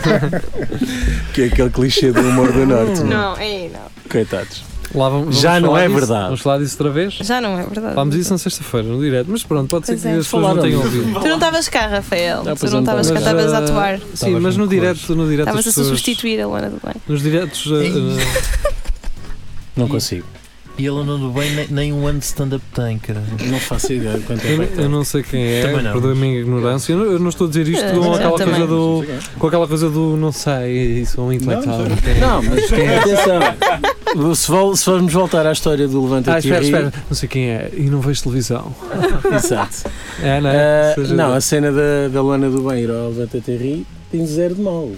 Speaker 3: <laughs> que é aquele clichê do humor do norte. não
Speaker 4: Não, ei, não.
Speaker 3: é? Coitados.
Speaker 2: Lá vamos-
Speaker 3: Já
Speaker 2: vamos
Speaker 3: não
Speaker 2: falar
Speaker 3: é
Speaker 2: disso.
Speaker 3: verdade.
Speaker 2: Vamos falar disso outra vez?
Speaker 4: Já não é verdade.
Speaker 2: Falámos isso na sexta-feira, no direto. Mas pronto, pode ser
Speaker 4: Pois
Speaker 2: que
Speaker 4: é.
Speaker 2: as pessoas não
Speaker 3: Falaram.
Speaker 2: tenham ouvido.
Speaker 4: Tu não estavas cá, Rafael.
Speaker 3: Ah,
Speaker 4: tu
Speaker 3: pois
Speaker 4: não
Speaker 3: não
Speaker 4: estavas cá,
Speaker 3: estava.
Speaker 4: estavas a
Speaker 2: Mas,
Speaker 4: atuar.
Speaker 2: Sim, mas no
Speaker 5: com
Speaker 2: direto, no direto
Speaker 4: Estavas
Speaker 2: as
Speaker 4: a
Speaker 2: pessoas-
Speaker 4: substituir a Luana do Bem.
Speaker 2: Nos diretos. ah, ah,
Speaker 3: Não consigo.
Speaker 5: E ele andando bem, nem, nem um ano de stand-up tem, caralho.
Speaker 3: Não faço ideia de quanto é
Speaker 2: eu,
Speaker 3: que
Speaker 2: eu não sei quem é,
Speaker 5: Também não.
Speaker 2: perdoe a minha ignorância. Eu não, eu não estou a dizer isto
Speaker 4: É, Eu
Speaker 2: com aquela,
Speaker 4: também.
Speaker 2: coisa do, com aquela coisa do não sei, sou um intelectual. Quem-
Speaker 3: Não, mas
Speaker 2: quem é?
Speaker 3: atenção. Se, vol- se formos voltar à história do Levanta
Speaker 2: Ah,
Speaker 3: Aqui
Speaker 2: espera,
Speaker 3: e Ri-
Speaker 2: espera. Não sei quem é. E não vejo televisão.
Speaker 3: <laughs> Exato.
Speaker 2: É, não é?
Speaker 3: Ah,
Speaker 2: Seja-
Speaker 3: não, a cena da, da Luana do Bem ir ao Levanta Terri tem zero de mal.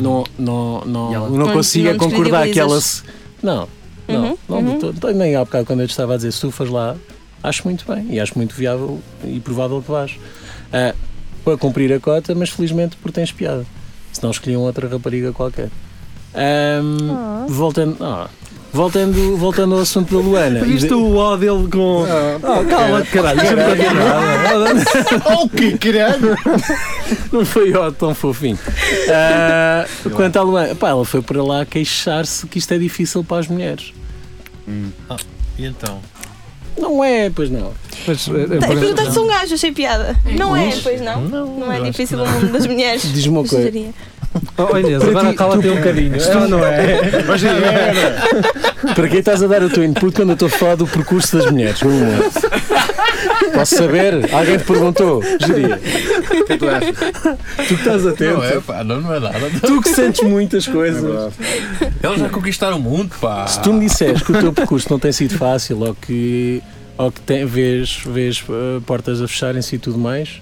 Speaker 3: não não, não,
Speaker 5: E ela-
Speaker 3: não
Speaker 4: Não-
Speaker 3: consigo
Speaker 4: não
Speaker 3: concordar que ela
Speaker 4: descredibilizas.
Speaker 3: se. Não, não,
Speaker 4: Uhum,
Speaker 3: não
Speaker 4: uhum.
Speaker 3: de todo. Nem há bocado quando eu te estava a dizer se tu fores lá, acho muito bem e acho muito viável e provável que vás. Ah, para cumprir a cota, mas felizmente porque tens piada. Se não escolhiam outra rapariga qualquer. Ahm,
Speaker 4: Ah.
Speaker 3: Voltando. ah, Voltando, voltando ao assunto da Luana.
Speaker 2: Viste o ó dele com. Ah, cala-te, caralho. deixa-me continuar.
Speaker 6: O que querendo?
Speaker 3: <laughs> Não foi ó, tão fofinho. Ah, quanto à Luana, pá, ela foi para lá queixar-se que isto é difícil para as mulheres.
Speaker 6: Hum.
Speaker 5: E então?
Speaker 3: Não é, pois não.
Speaker 2: Mas, eh,
Speaker 4: Tá,
Speaker 2: parece-
Speaker 4: Perguntaste se um gajo, achei piada.
Speaker 3: Hum.
Speaker 4: Não é, pois não?
Speaker 5: Não,
Speaker 4: Não é
Speaker 5: eu acho
Speaker 4: difícil
Speaker 5: que
Speaker 4: o mundo das mulheres.
Speaker 3: <laughs> Diz-me uma coisa.
Speaker 4: Gostaria.
Speaker 2: Oh, Inês, agora cala-te um bocadinho. Ah, não é?
Speaker 6: Mas é,
Speaker 3: <laughs> Para quem estás a dar o teu input quando eu estou a falar do percurso das mulheres? Um momento. Posso saber? Alguém te perguntou? Geria. Tu que estás atento.
Speaker 5: Não é, pá, não, não é nada.
Speaker 3: Tu que sentes muitas
Speaker 6: É
Speaker 2: É
Speaker 3: coisas.
Speaker 5: Eles já conquistaram o mundo, pá.
Speaker 3: Se tu me disseres que o teu percurso não tem sido fácil ou que, ou que tem, vês, vês eh, portas a fecharem-se e tudo mais,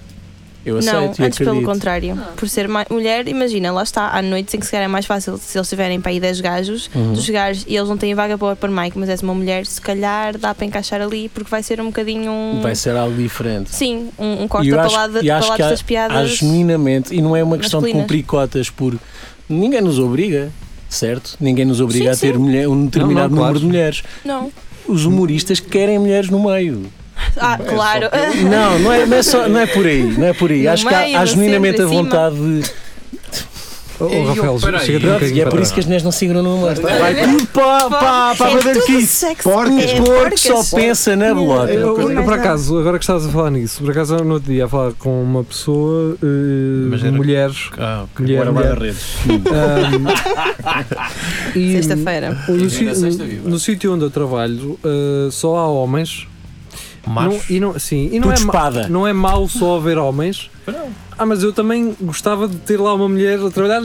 Speaker 3: eu aceito
Speaker 4: Não,
Speaker 3: e
Speaker 4: antes pelo
Speaker 3: acredito. Ah.
Speaker 4: contrário. Por ser ma- mulher, imagina, lá está, à noite em que se calhar é mais fácil se eles tiverem para aí 10 gajos,
Speaker 3: Uhum.
Speaker 4: tu chegares e eles não têm vaga para o open mic, mas és uma mulher, se calhar dá para encaixar ali porque vai ser um bocadinho um.
Speaker 3: Vai ser algo diferente.
Speaker 4: Sim, um, um
Speaker 3: E
Speaker 4: corta
Speaker 3: eu
Speaker 4: para
Speaker 3: acho-
Speaker 4: lá de-
Speaker 3: e
Speaker 4: para
Speaker 3: acho
Speaker 4: lá
Speaker 3: que há-
Speaker 4: das
Speaker 3: Há
Speaker 4: piadas.
Speaker 3: genuinamente, e não é uma questão
Speaker 4: masculinas.
Speaker 3: de cumprir cotas por. Ninguém nos obriga, certo? Ninguém nos obriga
Speaker 4: Sim,
Speaker 3: a ter
Speaker 4: sim.
Speaker 3: mulher- um determinado
Speaker 2: Não, não, claro.
Speaker 3: número de mulheres.
Speaker 4: Não.
Speaker 3: Os humoristas querem mulheres no meio. É
Speaker 4: Ah, claro.
Speaker 3: Não, não é, não é, só, não é por aí. Não é por aí.
Speaker 4: No
Speaker 3: acho que
Speaker 4: meio,
Speaker 3: há, há
Speaker 4: no
Speaker 3: genuinamente a
Speaker 4: centro, em cima.
Speaker 3: vontade de.
Speaker 2: Oh,
Speaker 5: Ei,
Speaker 2: Rafael,
Speaker 5: eu parei.
Speaker 2: chega-te um
Speaker 3: Pronto,
Speaker 2: bocadinho
Speaker 3: e é por
Speaker 2: para
Speaker 3: isso que
Speaker 2: trás.
Speaker 3: as mulheres não seguram no meio. Vai tudo para, para, para
Speaker 4: É
Speaker 3: a Mother
Speaker 4: tudo
Speaker 3: Kiss.
Speaker 4: sexo.
Speaker 3: Porcas,
Speaker 4: É,
Speaker 3: porcos, só
Speaker 4: porcas.
Speaker 3: pensa na bolota.
Speaker 4: Eu-
Speaker 2: Eu, eu,
Speaker 4: Mas
Speaker 2: por
Speaker 4: não.
Speaker 2: acaso, agora que estavas a falar nisso, por acaso no outro dia a falar com uma pessoa, eh,
Speaker 5: Mas era-
Speaker 2: mulheres,
Speaker 5: Ah, ok.
Speaker 2: mulher,
Speaker 6: Agora vai da <laughs>
Speaker 2: mulher,
Speaker 6: rede.
Speaker 2: Hum. ahm, e
Speaker 4: Sexta-feira.
Speaker 2: no,
Speaker 7: Era
Speaker 2: si-
Speaker 7: sexta viva.
Speaker 2: no sítio onde eu trabalho eh, só há homens não,
Speaker 5: Mas
Speaker 2: e não, sim, e não
Speaker 3: Tudo
Speaker 2: é, ma-
Speaker 3: espada.
Speaker 2: não é mau só haver homens. Ah, mas eu também gostava de ter lá uma mulher a trabalhar,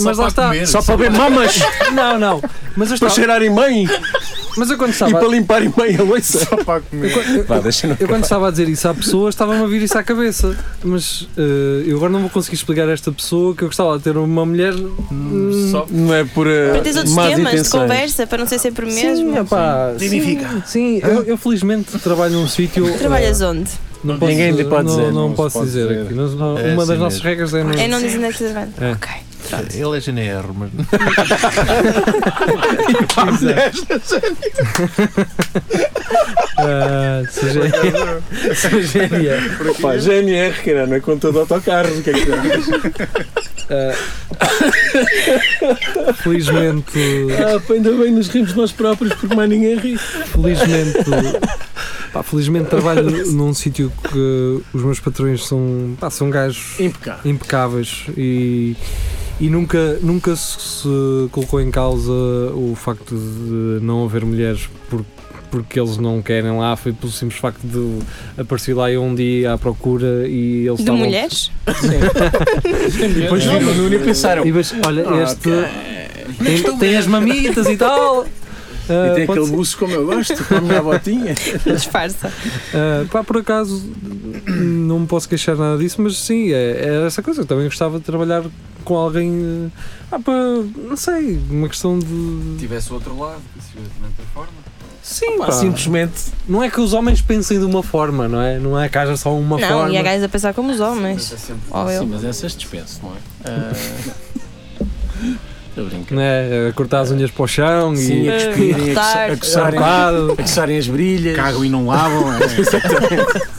Speaker 2: mas lá está.
Speaker 3: Só para ver mamas,
Speaker 2: <laughs> Não, não. Tá Mas eu,
Speaker 3: para
Speaker 2: estava,
Speaker 3: cheirar em mãe
Speaker 2: mas eu quando
Speaker 3: e
Speaker 2: estava
Speaker 3: para limpar em mãe a louça.
Speaker 6: Só para comer.
Speaker 3: Vá, deixa-me.
Speaker 2: Eu quando estava a dizer isso à pessoa, estava-me a vir isso à cabeça. Mas eh, eu agora não vou conseguir explicar a esta pessoa que eu gostava de ter uma mulher. hum,
Speaker 5: só
Speaker 3: Não é por eh,
Speaker 4: Para teres outros
Speaker 3: más
Speaker 4: temas de
Speaker 3: intenções.
Speaker 4: conversa, para não ser sempre o mesmo.
Speaker 2: Sim, epá, sim, sim eu, eu felizmente trabalho num sítio.
Speaker 4: Trabalhas onde?
Speaker 2: eh, não posso,
Speaker 3: Ninguém lhe pode
Speaker 2: não,
Speaker 3: dizer,
Speaker 2: Não,
Speaker 6: não se
Speaker 2: posso
Speaker 6: pode
Speaker 2: dizer,
Speaker 6: dizer.
Speaker 2: aqui. Nós- nós-
Speaker 5: É
Speaker 2: uma
Speaker 5: assim
Speaker 2: das nossas
Speaker 5: mesmo.
Speaker 2: regras é não.
Speaker 4: É não dizer que
Speaker 2: É.
Speaker 4: Ok.
Speaker 5: ele é GNR, mas.
Speaker 2: é
Speaker 3: <laughs>
Speaker 2: Ah, seja, ah, <laughs> seja-
Speaker 3: Pá, GNR, que era na é conta de autocarros. o Que é que é?
Speaker 2: felizmente,
Speaker 3: ah, pá, ainda bem, nos rimos nós próprios porque mais ninguém ri.
Speaker 2: felizmente, pá, felizmente trabalho num sítio que os meus patrões são, pá, são gajos
Speaker 3: Impecável.
Speaker 2: impecáveis e, E nunca, nunca se colocou em causa o facto de não haver mulheres por- porque eles não querem lá, foi pelo simples facto de aparecer lá um dia à procura e eles
Speaker 4: De
Speaker 2: estavam-
Speaker 4: mulheres?
Speaker 2: depois
Speaker 7: Não,
Speaker 2: viram
Speaker 7: mas-
Speaker 3: Nuno e pensaram.
Speaker 2: E vejo, olha,
Speaker 7: Ah,
Speaker 2: este
Speaker 7: ok.
Speaker 2: tem, tem as mamitas e tal.
Speaker 3: E
Speaker 2: Ah,
Speaker 3: tem
Speaker 2: pode
Speaker 3: aquele buço como eu gosto, como a botinha.
Speaker 4: Disfarça.
Speaker 2: Ah, pá, por acaso não me posso queixar nada disso, mas sim, é, é essa coisa. Eu também gostava de trabalhar com alguém, eh, ah, pá, não sei, uma questão de.
Speaker 8: tivesse outro lado, se fosse de outra forma.
Speaker 2: Sim,
Speaker 3: Pá,
Speaker 2: pá.
Speaker 3: Simplesmente.
Speaker 2: Não é que os homens pensem de uma forma, não é? Não é que haja só uma
Speaker 4: não,
Speaker 2: forma. né?
Speaker 4: e há gajos a pensar como os
Speaker 8: Sim,
Speaker 4: homens.
Speaker 8: mas é sempre-
Speaker 4: <laughs> Ou
Speaker 3: Sim,
Speaker 4: eu.
Speaker 3: mas assim. essas dispenso, não é? Ah, <laughs> Estou a brincar.
Speaker 2: Né? A cortar as unhas para o chão
Speaker 3: Sim,
Speaker 2: e.
Speaker 3: a
Speaker 4: Eh,
Speaker 3: cuspirem, a coçar- a
Speaker 4: cortar.
Speaker 3: coçarem, a
Speaker 2: Armado.
Speaker 3: coçarem as brilhas,
Speaker 6: Cagam e não lavam. <laughs> é.
Speaker 3: <laughs>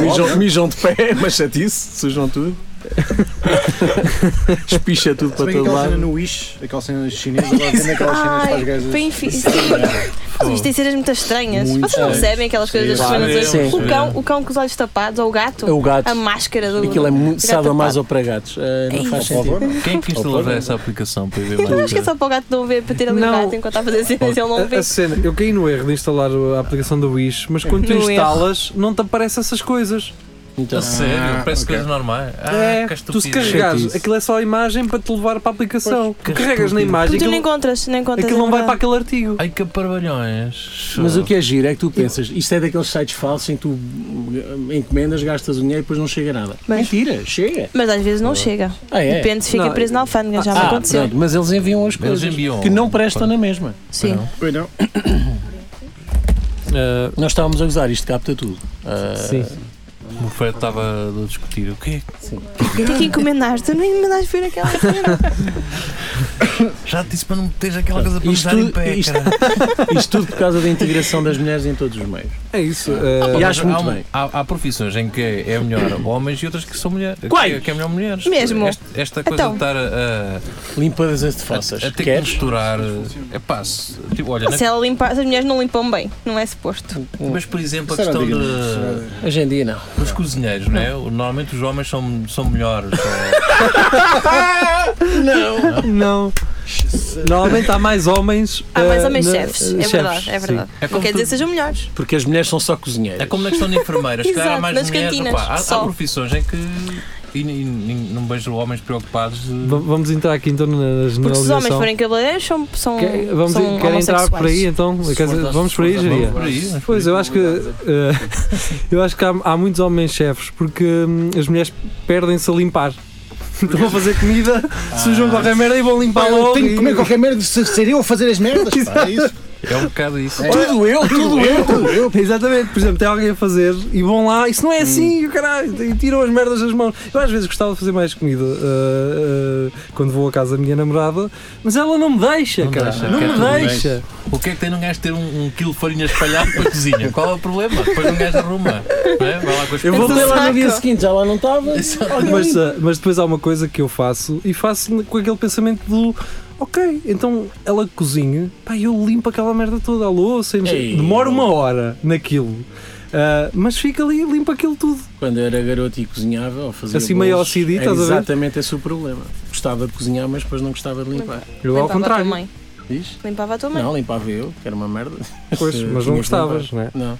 Speaker 3: mijam, mijam de pé, mas chatice, sujam tudo. <laughs> Espicha tudo
Speaker 6: Se
Speaker 3: para
Speaker 6: bem que
Speaker 3: todo
Speaker 6: aquela cena
Speaker 3: lado.
Speaker 6: no Wish, aquela cena chinesa, agora tem aquelas cenas para as gajas.
Speaker 4: foi difícil. Vocês têm cenas muito estranhas. Vocês
Speaker 3: Muito
Speaker 4: não
Speaker 3: estranhas.
Speaker 4: percebem aquelas coisas das
Speaker 3: Sim,
Speaker 4: semanas
Speaker 3: sim.
Speaker 4: O cão, o cão com os olhos tapados, ou o gato,
Speaker 3: É o gato.
Speaker 4: a máscara do.
Speaker 3: Aquilo é muito
Speaker 4: Gato tá.
Speaker 3: sábado mais
Speaker 4: tapado.
Speaker 3: ou para gatos. Ah, não
Speaker 4: Ei.
Speaker 3: faz
Speaker 6: Por favor,
Speaker 5: <laughs>
Speaker 3: sentido.
Speaker 5: Quem é que
Speaker 3: Ou
Speaker 5: instalou
Speaker 3: pode-
Speaker 5: essa aplicação para ver
Speaker 4: Eu
Speaker 5: mais?
Speaker 4: acho que é só para o gato não ver, para ter ali o
Speaker 2: Não.
Speaker 4: gato enquanto está a fazer cenas e ele não
Speaker 2: A,
Speaker 4: vê.
Speaker 2: a cena, eu caí no erro de instalar a aplicação do Wish, mas quando tu
Speaker 4: No erro.
Speaker 2: instalas, não te aparecem essas coisas.
Speaker 3: Então,
Speaker 5: A sério?
Speaker 6: Ah,
Speaker 5: Parece
Speaker 6: ok.
Speaker 5: coisas normais. Ah,
Speaker 2: é,
Speaker 5: que
Speaker 2: tu se
Speaker 5: estupidez.
Speaker 2: carregares,
Speaker 3: Chatice.
Speaker 2: aquilo é só a imagem para te levar para a aplicação. tu carregas na imagem,
Speaker 4: Porque tu não
Speaker 2: aquilo-
Speaker 4: encontras, não encontras.
Speaker 2: Aquilo
Speaker 4: é
Speaker 2: não vai para
Speaker 4: verdade.
Speaker 2: aquele artigo.
Speaker 5: Ai que parvalhões.
Speaker 3: Mas o que é giro é que tu pensas, isto é daqueles sites falsos em que tu hum, encomendas, gastas o dinheiro e depois não chega nada.
Speaker 4: Mas-
Speaker 3: Mentira, chega.
Speaker 4: Mas às vezes não chega.
Speaker 3: Ah, é?
Speaker 4: Depende se fica
Speaker 2: Não,
Speaker 4: preso na alfândega, já me
Speaker 3: Ah,
Speaker 4: aconteceu.
Speaker 3: pronto, mas eles enviam as coisas
Speaker 5: enviam.
Speaker 3: que não prestam na mesma.
Speaker 4: Sim.
Speaker 5: Não.
Speaker 6: Pois não.
Speaker 2: Ah,
Speaker 3: Nós estávamos a usar, isto capta tudo. Ah,
Speaker 2: sim.
Speaker 5: O Fred estava a discutir. O que é?
Speaker 4: Tem que encomendar, tu não encomendaste ver
Speaker 3: <laughs>
Speaker 4: aquela cena.
Speaker 5: Já te disse para não meteres aquela coisa para
Speaker 3: Isto
Speaker 5: mijar em
Speaker 3: tudo-
Speaker 5: pé,
Speaker 3: isto-
Speaker 5: caralho.
Speaker 3: <laughs> Isto tudo por causa da integração das mulheres em todos os meios.
Speaker 2: É isso.
Speaker 3: E
Speaker 6: eh,
Speaker 2: ah,
Speaker 3: acho muito
Speaker 5: há, um-
Speaker 3: bem.
Speaker 5: Há, há profissões em que é melhor homens e outras que são mulheres.
Speaker 3: Quais?
Speaker 5: Que, que é melhor mulheres.
Speaker 4: Mesmo.
Speaker 5: Este- Esta, coisa
Speaker 4: Então.
Speaker 5: de estar a,
Speaker 3: Limpadas as
Speaker 5: a,
Speaker 3: fossas.
Speaker 5: a ter que
Speaker 3: Queres?
Speaker 5: misturar. É pá, se- tipo, olha,
Speaker 4: Ah, Se é
Speaker 5: na,
Speaker 4: ela limpar, se as mulheres não limpam bem, não é suposto.
Speaker 5: mas por exemplo, a
Speaker 6: Será
Speaker 5: questão
Speaker 6: digno?
Speaker 5: de.
Speaker 3: Hoje em dia não.
Speaker 5: Os cozinheiros, não é? Normalmente os homens são, são melhores.
Speaker 4: <laughs>
Speaker 5: ou-
Speaker 2: não. Normalmente há mais homens.
Speaker 4: Há mais
Speaker 2: ah,
Speaker 4: homens
Speaker 2: na-
Speaker 4: chefes. É
Speaker 2: chefes,
Speaker 4: verdade, é
Speaker 2: sim.
Speaker 4: verdade.
Speaker 5: É
Speaker 4: Não
Speaker 5: como
Speaker 4: quer dizer
Speaker 5: tu-
Speaker 4: que sejam melhores.
Speaker 3: Porque as mulheres são só cozinheiras.
Speaker 5: É como na questão de enfermeiras, se calhar há
Speaker 4: Exato,
Speaker 5: mais
Speaker 4: nas
Speaker 5: mulheres.
Speaker 4: cantinas,
Speaker 5: opá, há, há
Speaker 4: só.
Speaker 5: profissões em que. E, e- e não vejo homens preocupados eh, de.
Speaker 2: Va- Vamos entrar aqui então na
Speaker 4: Porque se os homens
Speaker 2: generalização.
Speaker 4: forem cabeleireiros, são. são
Speaker 2: Que- vamos
Speaker 4: são
Speaker 2: querem entrar por aí
Speaker 4: homossexuais.
Speaker 2: então? Quer dizer,
Speaker 8: for-
Speaker 2: vamos por aí,
Speaker 8: se for-
Speaker 2: Jeria?
Speaker 5: Por aí, mas por
Speaker 2: Pois,
Speaker 5: aí.
Speaker 2: eu acho que ah, <laughs> eu acho que há, há muitos homens chefes porque hum, as mulheres perdem-se a limpar. <laughs> Estão a fazer comida,
Speaker 8: Ah.
Speaker 2: sujam qualquer merda e vão limpar logo.
Speaker 6: Tenho que
Speaker 2: e-
Speaker 6: comer qualquer merda, se ser eu a fazer as merdas. pá, é isso.
Speaker 5: É um bocado isso.
Speaker 3: Tudo eu, tudo eu.
Speaker 2: Exatamente, por exemplo, tem alguém a fazer e vão lá, isso não é assim, o caralho, e tiram as merdas das mãos. Eu às vezes gostava de fazer mais comida ah, ah, quando vou à casa da minha namorada, mas ela não me deixa,
Speaker 5: Não
Speaker 2: cara.
Speaker 5: deixa,
Speaker 2: não
Speaker 5: quer
Speaker 2: me
Speaker 5: tudo
Speaker 2: deixa.
Speaker 5: O que é que tem num gajo ter um, um quilo de farinha espalhado para a cozinha? Qual é o problema? Depois um gajo arruma. não é? Vai lá com as
Speaker 2: Eu vou
Speaker 3: Voltei lá
Speaker 4: Saca.
Speaker 3: no dia seguinte, já lá não estava. Alguém
Speaker 2: Mas,
Speaker 3: limpa.
Speaker 2: ah, mas depois há uma coisa que eu faço e faço com aquele pensamento do. Ok, então ela cozinha, pá, eu limpo aquela merda toda, a louça, e não sei-
Speaker 3: Ei.
Speaker 2: demora uma hora naquilo, ah, mas fica ali e limpa aquilo tudo.
Speaker 5: ah,
Speaker 3: Quando eu era garoto e cozinhava, ou fazia
Speaker 2: Assim, meio
Speaker 3: bolos,
Speaker 2: OCD,
Speaker 3: era
Speaker 2: estás a ver?
Speaker 3: Exatamente esse o problema. Gostava de cozinhar, mas depois não gostava de limpar.
Speaker 2: Eu ao
Speaker 4: Limpava a tua
Speaker 2: contrário,
Speaker 4: mãe.
Speaker 3: Diz?
Speaker 4: Limpava a tua mãe.
Speaker 3: Não, limpava eu, que era uma merda.
Speaker 2: <laughs> pois, mas
Speaker 3: Tinha
Speaker 2: não
Speaker 3: que
Speaker 2: gostavas,
Speaker 3: limpar.
Speaker 2: não é?
Speaker 3: Não.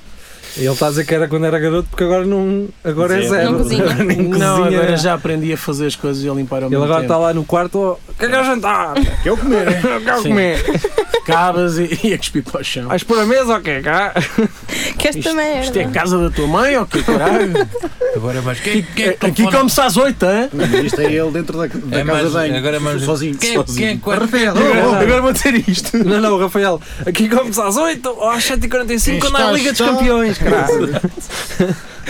Speaker 2: Ele está a dizer que era quando era garoto, porque agora não. Agora é
Speaker 3: Zero.
Speaker 2: zero.
Speaker 4: Não cozinha.
Speaker 2: Agora <laughs> nem
Speaker 3: Não,
Speaker 2: cozinha.
Speaker 3: agora já aprendi a fazer as coisas e a limpar ao
Speaker 2: Ele
Speaker 3: mesmo
Speaker 2: agora está
Speaker 3: tempo.
Speaker 2: lá no quarto, ó, que é que é o jantar?
Speaker 6: Que eu comer, é?
Speaker 2: Quer
Speaker 3: Sim.
Speaker 2: comer?
Speaker 3: Cabas e, e a cuspir para o chão.
Speaker 2: Vais pôr a mesa ou o é quê? Cá?
Speaker 4: Que esta merda.
Speaker 3: Isto é casa da tua mãe ou que caralho?
Speaker 2: <laughs>
Speaker 5: Agora é mais. Quem, quem é que
Speaker 3: Aqui
Speaker 5: telefona?
Speaker 3: come-se às oito, hein?
Speaker 6: Não, Isto é ele dentro da, da
Speaker 5: É
Speaker 6: casa
Speaker 5: mais-
Speaker 6: de banho.
Speaker 5: agora é mais-
Speaker 6: Sozinho,
Speaker 5: Quem,
Speaker 6: sozinho.
Speaker 5: quem é que guarda-
Speaker 2: Agora
Speaker 3: vou ter isto.
Speaker 2: <laughs> Não, não, Rafael, aqui começa às 8 ou às 7h45
Speaker 6: Quem
Speaker 2: quando há
Speaker 6: está,
Speaker 2: a Liga dos
Speaker 6: está.
Speaker 2: Campeões, caralho.
Speaker 6: <laughs>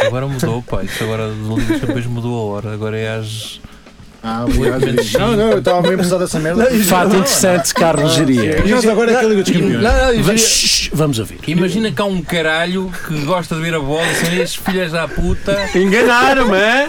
Speaker 5: Agora mudou, pá. Isto agora do Liga dos Campeões mudou a hora. Agora é às.
Speaker 6: Ah, obrigado. Não, não, eu estava mesmo pesado dessa merda.
Speaker 3: Fato interessante, Carlos Geria.
Speaker 6: E nós agora é que é a Liga dos Campeões.
Speaker 3: Va- Shhh, Vamos ouvir.
Speaker 5: Imagina que há um caralho que gosta de ver a bola e são estes filhas da puta,
Speaker 3: Enganaram-me, é?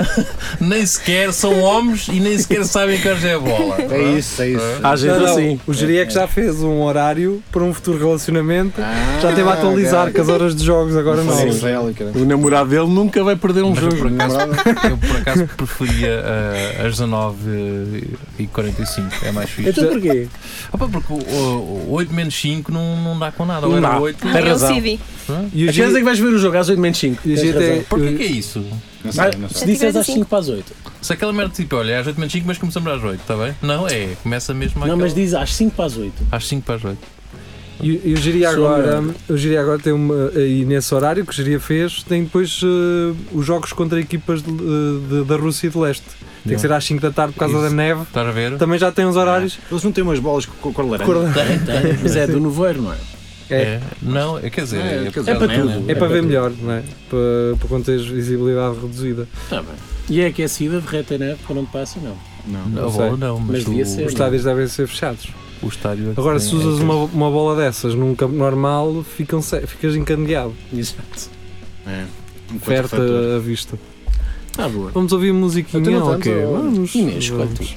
Speaker 5: nem sequer são homens e nem sequer sabem que hoje é a bola.
Speaker 6: É isso, é isso.
Speaker 3: Há gente
Speaker 2: Não, não,
Speaker 3: assim.
Speaker 2: O Jeria é que já fez um horário para um futuro relacionamento,
Speaker 6: Ah,
Speaker 2: já teve a atualizar
Speaker 6: ok.
Speaker 2: com as horas de jogos, agora não.
Speaker 6: Sim, é ela, cara. é
Speaker 3: O namorado dele nunca vai perder um
Speaker 5: Mas eu
Speaker 3: jogo.
Speaker 5: por acaso, eu por acaso preferia ah, as 19 19 e 45. É mais fixe.
Speaker 3: Então porquê?
Speaker 5: Opa, porque o, o, 8 menos 5 não, não dá com nada. Ou
Speaker 3: Não dá.
Speaker 5: era 8.
Speaker 4: Um
Speaker 3: Tem razão.
Speaker 4: LCD.
Speaker 2: E o
Speaker 3: A chance é
Speaker 2: G-
Speaker 3: que vais ver o jogo às 8 menos 5.
Speaker 2: E a gente é-
Speaker 5: Porquê que é isso?
Speaker 6: Não sei, não sei.
Speaker 3: Se disseres às
Speaker 4: Sim.
Speaker 3: 5 para as 8.
Speaker 5: Se aquela merda tipo, olha, é às 8 menos 5, mas começamos às 8, está bem? Não, é. Começa mesmo
Speaker 3: Não,
Speaker 5: àquela-
Speaker 3: mas diz às 5 para as
Speaker 2: <laughs>
Speaker 3: 8.
Speaker 5: às 5 para as 8.
Speaker 2: E e o Giri
Speaker 3: Sou
Speaker 2: agora,
Speaker 3: melhor.
Speaker 2: o Giri agora tem uma, aí nesse horário que o Giri fez, tem depois eh, os jogos contra equipas de- de- da Rússia e de Leste. Tem que ser às 5 da tarde por causa
Speaker 5: Isso.
Speaker 2: da neve.
Speaker 5: Estás a ver?
Speaker 2: Também já tem uns horários.
Speaker 6: Eles não têm umas bolas com cor laranja.
Speaker 2: Cor-
Speaker 3: Tem, tem. Mas é do Noveiro, não é?
Speaker 2: É.
Speaker 5: É. Não, é, quer dizer,
Speaker 6: É,
Speaker 5: é,
Speaker 6: quer dizer,
Speaker 3: É para
Speaker 6: não
Speaker 3: tudo.
Speaker 2: É para ver melhor, não é? Para, para quando tens visibilidade reduzida.
Speaker 3: Tá bem. E é aquecida, derreta a neve, por onde passa, não.
Speaker 6: Não.
Speaker 5: Não,
Speaker 2: Não
Speaker 5: a
Speaker 2: sei.
Speaker 5: bola não, mas,
Speaker 3: Mas devia
Speaker 5: o,
Speaker 3: ser.
Speaker 2: Os estádios devem ser fechados.
Speaker 5: o estádio. é que
Speaker 2: Agora,
Speaker 5: tem-
Speaker 2: se usas
Speaker 5: é
Speaker 2: uma, uma bola dessas num campo normal, ficam ce- ficas encandeado.
Speaker 3: Exato.
Speaker 6: É. Um
Speaker 2: Oferta
Speaker 6: contrafator.
Speaker 2: à vista.
Speaker 3: Tá boa.
Speaker 2: Vamos ouvir musiquinha
Speaker 6: Então não
Speaker 2: ou quê?
Speaker 6: tanto, ou-
Speaker 2: Vamos.
Speaker 3: Inês,
Speaker 2: vamos.
Speaker 3: quanto?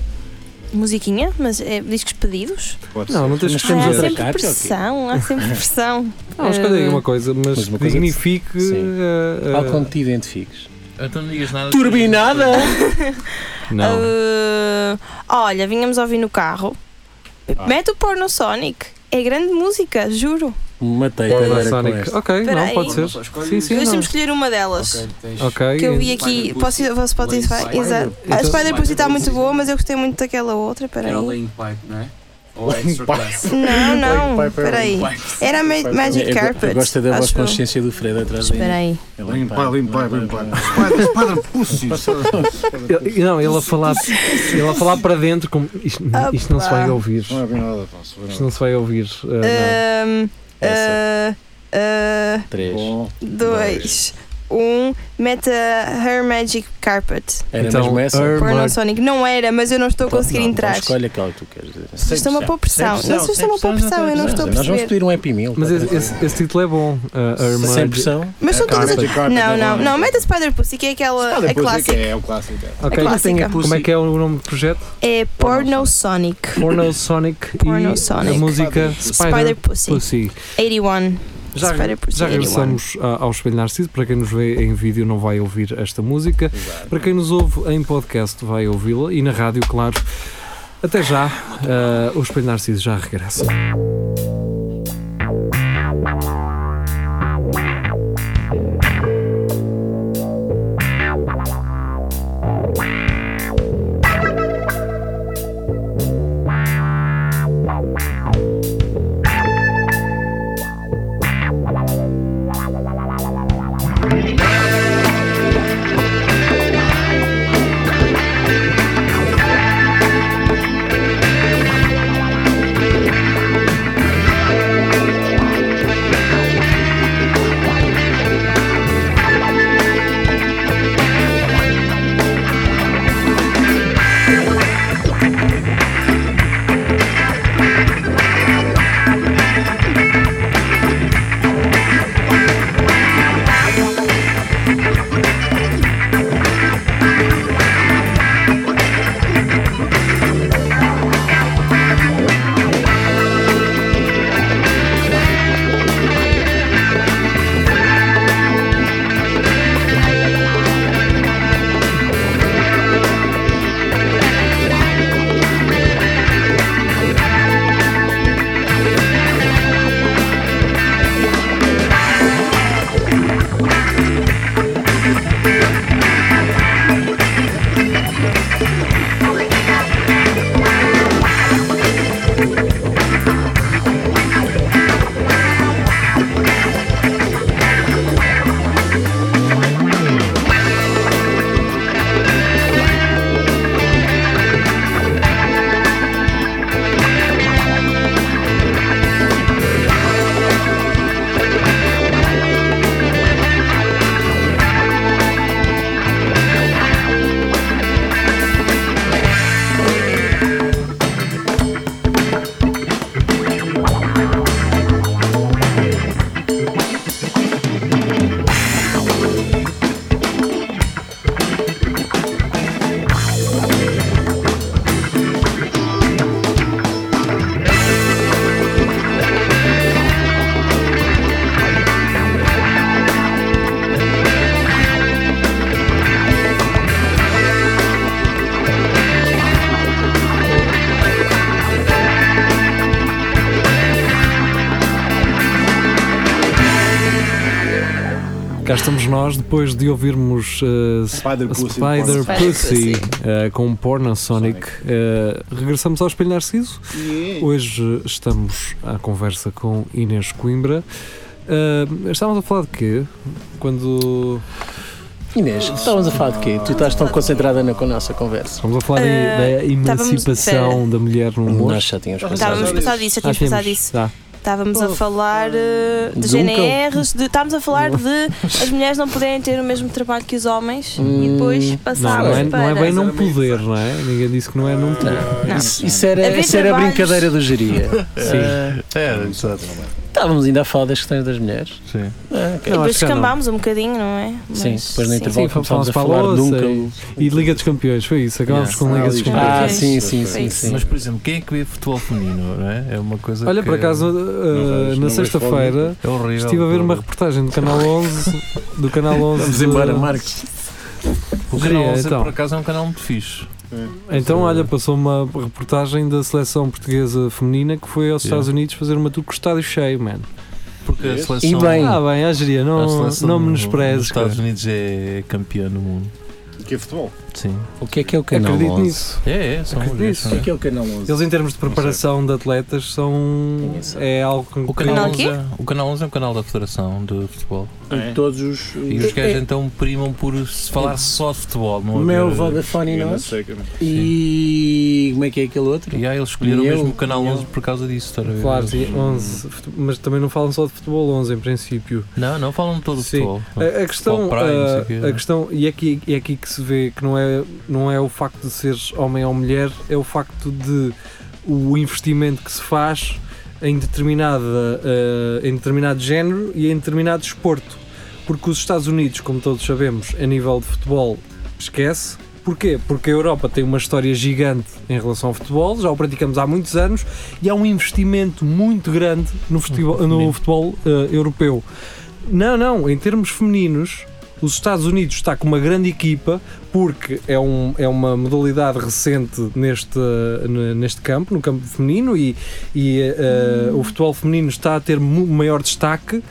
Speaker 4: Musiquinha, mas é discos pedidos?
Speaker 6: Pode
Speaker 2: Não,
Speaker 6: ser.
Speaker 2: não tens que
Speaker 3: Mas temos
Speaker 4: Ah, há
Speaker 3: outra
Speaker 2: escolher.
Speaker 4: sempre
Speaker 3: carta, ok.
Speaker 4: pressão, há
Speaker 3: <laughs>
Speaker 4: sempre pressão.
Speaker 2: Não,
Speaker 4: Eh,
Speaker 2: escolhem uma coisa, mas,
Speaker 3: Mas uma
Speaker 2: que
Speaker 3: coisa que-
Speaker 2: dignifique.
Speaker 3: sim.
Speaker 2: eh,
Speaker 3: Há
Speaker 2: eh,
Speaker 3: como Ah, te identifiques.
Speaker 5: que- Então não digas nada.
Speaker 3: Turbinada!
Speaker 5: Não.
Speaker 4: Ah, olha, vinhamos ouvir no carro. Mete o porno Sonic. É grande música, juro.
Speaker 3: Matei
Speaker 2: Porno
Speaker 3: agora com
Speaker 2: é Sonic.
Speaker 3: esta.
Speaker 2: Ok,
Speaker 4: Espera
Speaker 2: não,
Speaker 4: aí.
Speaker 2: pode ser.
Speaker 8: Só escolhe
Speaker 2: Sim, sim.
Speaker 4: Hoje
Speaker 2: não.
Speaker 4: temos que escolher uma delas.
Speaker 8: Ok, tens.
Speaker 2: Ok.
Speaker 4: Que eu vi aqui.
Speaker 8: Spider
Speaker 4: Posso ir ao vosso
Speaker 8: Pussy.
Speaker 4: Spotify?
Speaker 8: Spider-
Speaker 4: Exato.
Speaker 2: Então-
Speaker 4: a Spider Pussy está
Speaker 8: Spider
Speaker 4: muito
Speaker 8: Pussy.
Speaker 4: boa, mas eu gostei muito daquela outra. Peraí.
Speaker 8: Era o
Speaker 4: Não,
Speaker 8: Lane Pipe, não é? Ou Extra
Speaker 6: Pipe.
Speaker 8: Class. <laughs>
Speaker 4: não.
Speaker 6: Piper-
Speaker 4: Peraí.
Speaker 8: Pipe.
Speaker 4: Era Ma-
Speaker 3: É, Eu-
Speaker 4: Magic
Speaker 3: eu- Eu
Speaker 4: Carpet.
Speaker 3: gosto da voz
Speaker 4: acho eu.
Speaker 3: consciência do Fred atrás de mim.
Speaker 4: Espera aí.
Speaker 3: É
Speaker 6: Limpar, limpar, limpar. Spider Pussy.
Speaker 2: Ele- Não, ele a falar, ele a falar para dentro, como isto, isto não se vai
Speaker 4: Opa.
Speaker 2: ouvir.
Speaker 6: Não é bem nada, Afonso. não é
Speaker 2: Isto não se vai ouvir. eh,
Speaker 4: Ahm,
Speaker 3: Essa.
Speaker 4: ah, ah,
Speaker 3: 3.
Speaker 6: Bom,
Speaker 4: dois. Um, mete a Her Magic Carpet.
Speaker 3: Era
Speaker 2: Então,
Speaker 3: mesmo essa?
Speaker 2: Her-
Speaker 4: Porno
Speaker 2: Mag-
Speaker 4: Sonic. Não era, mas eu não estou a conseguir
Speaker 3: Não, é
Speaker 4: entrar.
Speaker 3: Não, escolhe aquela que tu queres dizer.
Speaker 4: Vocês estão a pôr é pressão.
Speaker 5: Sem pressão,
Speaker 4: Vocês estão a
Speaker 5: sem
Speaker 4: pôr pressão, eu não estou a
Speaker 3: Nós vamos
Speaker 4: perceber.
Speaker 3: pedir um Happy Meal.
Speaker 2: mas
Speaker 3: tá
Speaker 2: esse,
Speaker 3: bem?
Speaker 2: esse- esse título é bom. eh, Her
Speaker 3: Sem
Speaker 2: Mag-
Speaker 3: pressão.
Speaker 4: Mas são todas.
Speaker 6: Magic É Carpet,
Speaker 4: Não, não,
Speaker 6: bom.
Speaker 4: não. Mete a Spider Pussy, que é aquela.
Speaker 6: Spider Pussy
Speaker 4: É
Speaker 6: que
Speaker 4: clássica.
Speaker 6: É o clássico. é.
Speaker 2: Ok.
Speaker 4: É clássica.
Speaker 2: Como é que é o nome do projeto?
Speaker 4: É Porno Sonic.
Speaker 2: Porno Sonic
Speaker 4: Porno
Speaker 2: e
Speaker 4: Sonic.
Speaker 2: a música Spider
Speaker 4: Spider Pussy.
Speaker 2: Pussy.
Speaker 4: 81.
Speaker 2: Já,
Speaker 4: Spider Pussy
Speaker 2: já
Speaker 4: 81.
Speaker 2: regressamos a- ao Espelho Narciso. Para quem nos vê em vídeo, não vai ouvir esta música. Para quem nos ouve em podcast, vai ouvi-la. E na rádio, claro. Até já. Ah, o Espelho Narciso já regressa.
Speaker 9: Thank
Speaker 2: Cá estamos nós depois de ouvirmos eh,
Speaker 6: Spider
Speaker 2: a
Speaker 6: Pussy.
Speaker 2: Spider
Speaker 4: Spider
Speaker 2: Pussy
Speaker 4: Pussy.
Speaker 2: eh, com Porno Sonic. Eh, regressamos ao Espelho Narciso.
Speaker 6: Yeah.
Speaker 2: Hoje estamos à conversa com Inês Coimbra. Eh, estávamos a falar de quê? Quando.
Speaker 3: Inês, estávamos a falar de quê? Tu estás tão concentrada na com a nossa conversa.
Speaker 2: Estamos a falar de-
Speaker 4: Eh,
Speaker 2: da emancipação
Speaker 4: estávamos-
Speaker 2: da mulher no humor.
Speaker 3: Nós já tínhamos pensado
Speaker 4: Estávamos
Speaker 3: nisso.
Speaker 4: passado disso, já
Speaker 2: Ah,
Speaker 4: tínhamos
Speaker 2: temos.
Speaker 4: passado disso.
Speaker 2: Tá.
Speaker 4: Estávamos a falar eh, de
Speaker 3: Duncan.
Speaker 4: GNRs, de- estávamos a falar de as mulheres não poderem ter o mesmo trabalho que os homens e depois
Speaker 3: Hum,
Speaker 2: Não,
Speaker 4: passámos
Speaker 2: não, é,
Speaker 4: para.
Speaker 2: não é bem não poder, não é? Ninguém disse que não é não poder.
Speaker 4: Não.
Speaker 3: Isso, isso era,
Speaker 4: Havia
Speaker 3: isso era a
Speaker 4: trabalhos-
Speaker 3: brincadeira do <laughs> geria.
Speaker 5: Sim. É, exato.
Speaker 3: Estávamos ainda a falar das questões das mulheres.
Speaker 5: Sim.
Speaker 3: Ah, ok.
Speaker 2: acho que
Speaker 4: E depois
Speaker 2: já não.
Speaker 4: descambámos um bocadinho, não é?
Speaker 3: Sim,
Speaker 4: Mas,
Speaker 3: depois no intervalo
Speaker 2: Sim,
Speaker 3: começámos
Speaker 2: falámos
Speaker 3: a falar
Speaker 2: para a louça
Speaker 3: nunca.
Speaker 2: E Liga dos Campeões, foi isso. Acabámos
Speaker 5: Yeah.
Speaker 2: com Liga dos
Speaker 6: Ah,
Speaker 2: Campeões.
Speaker 3: Ah,
Speaker 4: Ok.
Speaker 3: sim,
Speaker 4: Foi
Speaker 3: sim, sim,
Speaker 4: isso.
Speaker 3: sim.
Speaker 5: Mas, por exemplo, quem é que vê futebol feminino, não é? É uma coisa
Speaker 2: Olha,
Speaker 5: que
Speaker 2: por acaso, uh,
Speaker 6: vejo-
Speaker 2: na
Speaker 6: não vejo
Speaker 2: sexta-feira
Speaker 5: é horrível.
Speaker 2: estive a ver uma reportagem do Canal 11. Do Canal 11.
Speaker 3: Vamos
Speaker 2: de-
Speaker 3: embora, Marcos.
Speaker 5: O
Speaker 2: Queria,
Speaker 5: canal Z,
Speaker 2: então.
Speaker 5: por acaso, é um canal muito fixe.
Speaker 6: É.
Speaker 2: Então, olha, passou uma reportagem da seleção portuguesa feminina que foi aos
Speaker 5: Yeah.
Speaker 2: Estados Unidos fazer uma tour com o estádio cheio, mano.
Speaker 5: Porque a
Speaker 6: Vês?
Speaker 5: seleção,
Speaker 3: E bem.
Speaker 2: Ah, bem, a geria,
Speaker 5: É a
Speaker 2: não,
Speaker 5: seleção
Speaker 2: não me
Speaker 5: dos
Speaker 2: desprezes. cara.
Speaker 5: Estados Unidos é campeã no mundo.
Speaker 6: Que é futebol.
Speaker 5: Sim.
Speaker 3: O que é que é o canal
Speaker 2: Acredito
Speaker 3: 11?
Speaker 2: nisso.
Speaker 5: É, é, são
Speaker 2: Acredito
Speaker 5: mulheres,
Speaker 2: nisso.
Speaker 5: não é?
Speaker 7: que é o canal 11?
Speaker 2: Eles, em termos de preparação de atletas, são.
Speaker 3: Ninguém sabe.
Speaker 2: É algo que.
Speaker 5: O
Speaker 4: Canal
Speaker 5: canal, 11,
Speaker 4: quê?
Speaker 5: é- o canal 11 é um canal da Federação de Futebol.
Speaker 3: Ah, é?
Speaker 7: Em todos os.
Speaker 5: E
Speaker 7: os-
Speaker 2: é-
Speaker 5: os gajos então primam por se falar só de futebol. Não
Speaker 3: Mel,
Speaker 5: haver-
Speaker 3: Vodafone e
Speaker 6: Eu não
Speaker 3: nós.
Speaker 6: sei, cara.
Speaker 3: E como é que é aquele outro?
Speaker 5: E aí eles escolheram
Speaker 3: E
Speaker 5: mesmo
Speaker 3: eu-
Speaker 5: o canal
Speaker 3: e eu-
Speaker 5: 11 por causa disso. estás a ver?
Speaker 2: Claro, sim, 11. fute- Mas também não falam só de futebol 11, em princípio.
Speaker 5: Não, não falam de todo o
Speaker 2: Sim. É,
Speaker 5: futebol.
Speaker 2: A, a questão,
Speaker 5: Futebol praia, não sei o quê,
Speaker 2: a,
Speaker 5: não
Speaker 2: a
Speaker 5: é?
Speaker 2: questão e é aqui, é aqui que se vê que não é, não é o facto de seres homem ou mulher, é o facto de o investimento que se faz em, determinada, eh, em determinado género e em determinado desporto. Porque os Estados Unidos, como todos sabemos, a nível de futebol, esquece. Porquê? Porque a Europa tem uma história gigante em relação ao futebol, já o praticamos há muitos anos e há um investimento muito grande no futebol, no
Speaker 5: feminino.
Speaker 2: futebol eh, europeu. Não, não, em termos femininos, os Estados Unidos está com uma grande equipa porque é, um, é uma modalidade recente neste, eh, n- neste campo, no campo feminino, e, e, eh, o futebol feminino está a ter mu- maior destaque.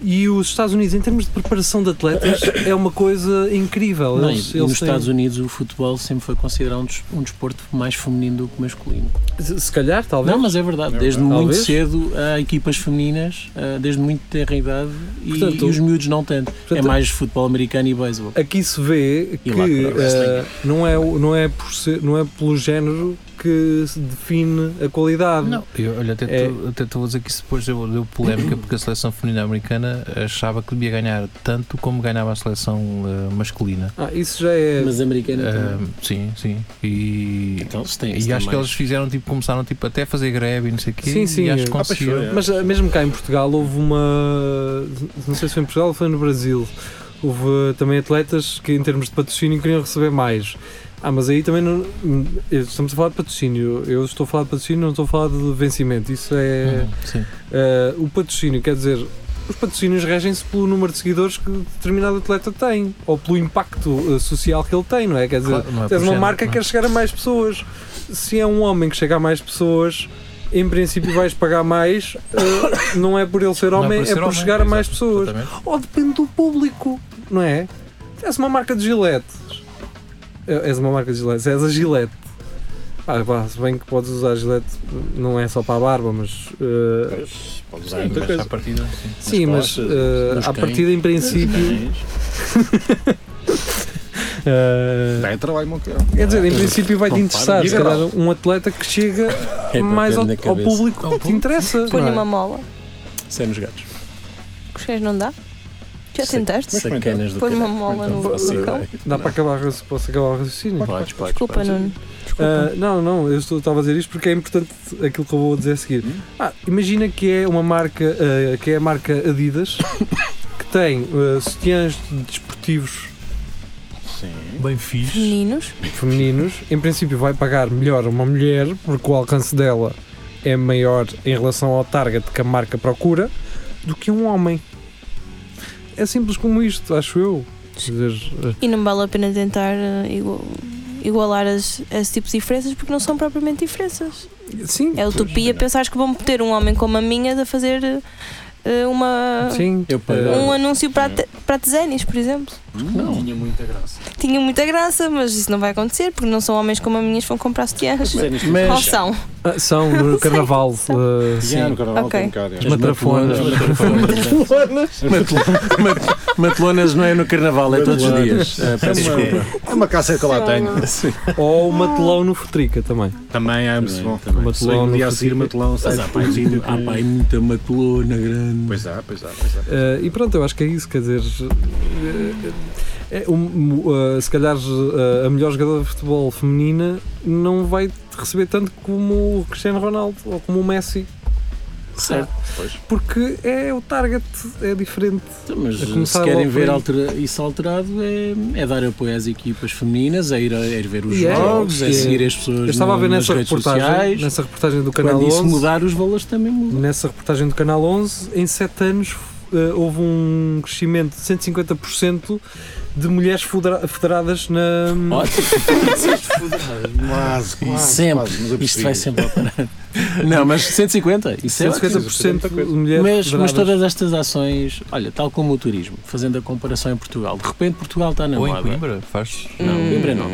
Speaker 2: E os Estados Unidos, em termos de preparação de atletas, é uma coisa incrível.
Speaker 3: Não, e-
Speaker 2: Eles-
Speaker 3: e
Speaker 2: eles
Speaker 3: nos
Speaker 2: têm-
Speaker 3: Estados Unidos o futebol sempre foi considerado um, des- um desporto mais feminino do que masculino.
Speaker 2: se- Se calhar, talvez.
Speaker 3: Não, mas é verdade. Desde
Speaker 2: verdade.
Speaker 3: muito
Speaker 2: Talvez.
Speaker 3: cedo há equipas femininas, ah, desde muito tenra idade e,
Speaker 2: Portanto,
Speaker 3: e os miúdos não tanto. é
Speaker 2: portanto-
Speaker 3: mais futebol americano e beisebol.
Speaker 2: aqui se vê que
Speaker 3: E lá para o
Speaker 2: eh, não, é, o- não, é por ser- não é pelo género que se define a qualidade.
Speaker 5: Não, eu, olha, até
Speaker 2: É.
Speaker 5: tu- até estou a dizer que isso depois deu, deu polémica porque a seleção feminina americana achava que devia ganhar tanto como ganhava a seleção eh, masculina.
Speaker 2: Ah, isso já é.
Speaker 3: Mas americano também.
Speaker 5: Ah, sim, sim. E,
Speaker 3: Então, se tem isso
Speaker 5: e acho que
Speaker 3: também.
Speaker 5: eles fizeram, tipo, começaram tipo, até a fazer greve e não sei o quê.
Speaker 2: Sim, sim,
Speaker 5: E acho
Speaker 2: é.
Speaker 5: que
Speaker 6: Ah, pois
Speaker 5: conseguiram.
Speaker 6: foi, é.
Speaker 2: Mas eh, mesmo cá em Portugal houve uma. Não sei se foi em Portugal ou foi no Brasil. Houve eh, também atletas que, em termos de patrocínio, queriam receber mais. Ah, mas aí também não. hum, Estamos a falar de patrocínio. Eu estou a falar de patrocínio, não estou a falar de vencimento. Isso é.
Speaker 5: Uhum, sim.
Speaker 2: eh, o patrocínio, quer dizer. Os patrocínios regem-se pelo número de seguidores que determinado atleta tem, ou pelo impacto eh, social que ele tem, não é? Quer dizer,
Speaker 5: Claro, não
Speaker 2: Tens
Speaker 5: é por
Speaker 2: uma
Speaker 5: género,
Speaker 2: marca que
Speaker 5: não é?
Speaker 2: quer chegar a mais pessoas. Se é um homem que chega a mais pessoas, em princípio vais pagar mais. eh, não é por ele ser
Speaker 5: Não
Speaker 2: homem, é por,
Speaker 5: ser homem,
Speaker 2: chegar a mais
Speaker 5: exato,
Speaker 2: pessoas.
Speaker 5: exatamente.
Speaker 2: Ou depende do público, não é? És uma marca de giletes. Eh, És uma marca de giletes, és a gilete. Ah, pá, se bem que podes usar gilete, não é só para a barba, mas. eh,
Speaker 6: Pois, Pode usar
Speaker 2: Sim,
Speaker 6: em
Speaker 2: outra
Speaker 5: Mas
Speaker 2: coisa.
Speaker 5: à partida, sim.
Speaker 2: sim, mas
Speaker 6: costas,
Speaker 2: eh,
Speaker 3: nos
Speaker 2: à
Speaker 3: cães.
Speaker 2: partida, em
Speaker 6: <laughs>
Speaker 2: princípio.
Speaker 6: Uhum.
Speaker 2: eh,
Speaker 6: Dá trabalho, meu caro.
Speaker 2: Quer dizer, em princípio vai-te
Speaker 6: Não
Speaker 2: interessar,
Speaker 6: para.
Speaker 2: se calhar, um atleta que chega
Speaker 3: <laughs> É
Speaker 2: mais ao,
Speaker 3: papel na
Speaker 2: ao
Speaker 3: cabeça.
Speaker 2: público que te interessa.
Speaker 4: Põe-lhe
Speaker 2: não
Speaker 4: uma
Speaker 2: é?
Speaker 4: mola.
Speaker 3: Sem nos gatos.
Speaker 4: Os cães não dá? Já
Speaker 3: Sim.
Speaker 4: tentaste?
Speaker 3: Sacanas do é?
Speaker 4: Põe uma
Speaker 3: caralho.
Speaker 4: mola no,
Speaker 7: Então, faço
Speaker 3: assim,
Speaker 4: no
Speaker 3: é,
Speaker 4: cão?
Speaker 7: ideia.
Speaker 2: Dá para acabar, o- posso acabar o raciocínio?
Speaker 3: Podes, podes,
Speaker 4: Desculpa,
Speaker 3: podes.
Speaker 4: Nuno.
Speaker 2: Ah, não, não, eu estou- estava a dizer isto porque é importante aquilo que eu vou dizer a seguir.
Speaker 3: Hum?
Speaker 2: Ah, imagina que é uma marca, ah, que é a marca
Speaker 3: <coughs>
Speaker 2: Adidas, que tem ah, sutiãs desportivos
Speaker 6: Sim.
Speaker 5: Bem fixe.
Speaker 4: Meninos?
Speaker 2: femininos. Em princípio, vai pagar melhor uma mulher, porque o alcance dela é maior em relação ao target que a marca procura, do que um homem. É simples como isto, acho eu. Quer dizer, eh,
Speaker 4: E não vale a pena tentar eh, igu- igualar as, esse tipo de diferenças porque não são propriamente diferenças.
Speaker 2: Sim,
Speaker 4: É utopia pensares que vão meter um homem como a minha a fazer eh, eh, uma,
Speaker 2: Sim.
Speaker 3: Eu
Speaker 2: Eh,
Speaker 4: um anúncio para, a te, para a Tezenis, por exemplo.
Speaker 3: Não.
Speaker 7: Tinha muita graça.
Speaker 4: Tinha muita graça, mas isso não vai acontecer porque não são homens como a minhas que vão comprar sutiãs. Ou
Speaker 3: Mas, é
Speaker 4: são?
Speaker 2: ah, são no carnaval. eh,
Speaker 6: Sim, no carnaval
Speaker 4: Ok.
Speaker 6: tem cá, é.
Speaker 3: As
Speaker 2: matrafonas.
Speaker 3: Mat- Matelonas não é no carnaval, é todos os dias. Ah, peço
Speaker 6: É uma-
Speaker 3: desculpa.
Speaker 6: É uma caça que eu lá tenho.
Speaker 2: ou o matelão no Futrica também.
Speaker 6: Também é muito bom. Também.
Speaker 2: Matelão
Speaker 6: Sei que um
Speaker 2: no
Speaker 6: dia a seguir,
Speaker 2: futebol.
Speaker 6: matelão, sai
Speaker 3: Mas há pai, há pai Ah, é muita matelona grande.
Speaker 6: Pois é, pois é, pois é.
Speaker 2: Eh, e pronto, eu acho que é isso, quer dizer. eh, eh, um, mu- eh, se calhar eh, a melhor jogadora de futebol feminina não vai receber tanto como o Cristiano Ronaldo ou como o Messi.
Speaker 3: Certo.
Speaker 2: Porque é o target, é diferente.
Speaker 3: Então, Mas
Speaker 2: A começar
Speaker 3: se querem
Speaker 2: logo por
Speaker 3: ver
Speaker 2: aí.
Speaker 3: altera- isso alterado é, é dar apoio às equipas femininas, é ir, a, é ir ver os
Speaker 2: E é,
Speaker 3: jogos, é,
Speaker 2: e é.
Speaker 3: seguir as pessoas
Speaker 2: Eu estava a
Speaker 3: no-
Speaker 2: ver
Speaker 3: nas
Speaker 2: nessa
Speaker 3: redes
Speaker 2: reportagem,
Speaker 3: sociais.
Speaker 2: nessa reportagem do canal
Speaker 3: Quando isso
Speaker 2: 11.
Speaker 3: mudar, os valores também mudam.
Speaker 2: Nessa reportagem do Canal 11, em 7 anos eh, houve um crescimento de 150% de mulheres fodera- federadas na.
Speaker 3: <laughs>
Speaker 2: <laughs>
Speaker 6: Quase, quase.
Speaker 3: sempre.
Speaker 6: quase, mas eu
Speaker 3: Isto
Speaker 6: percebi.
Speaker 3: vai sempre ao parar. Não, mas 150, isso é ótimo.
Speaker 2: 150% de mulheres
Speaker 3: Mas, mas
Speaker 2: federadas.
Speaker 3: todas estas ações, olha, tal como o turismo, fazendo a comparação em Portugal, de repente Portugal está na
Speaker 5: Ou em
Speaker 3: moda.
Speaker 5: Coimbra, faz.
Speaker 3: Não,
Speaker 4: Hum.
Speaker 3: Coimbra não.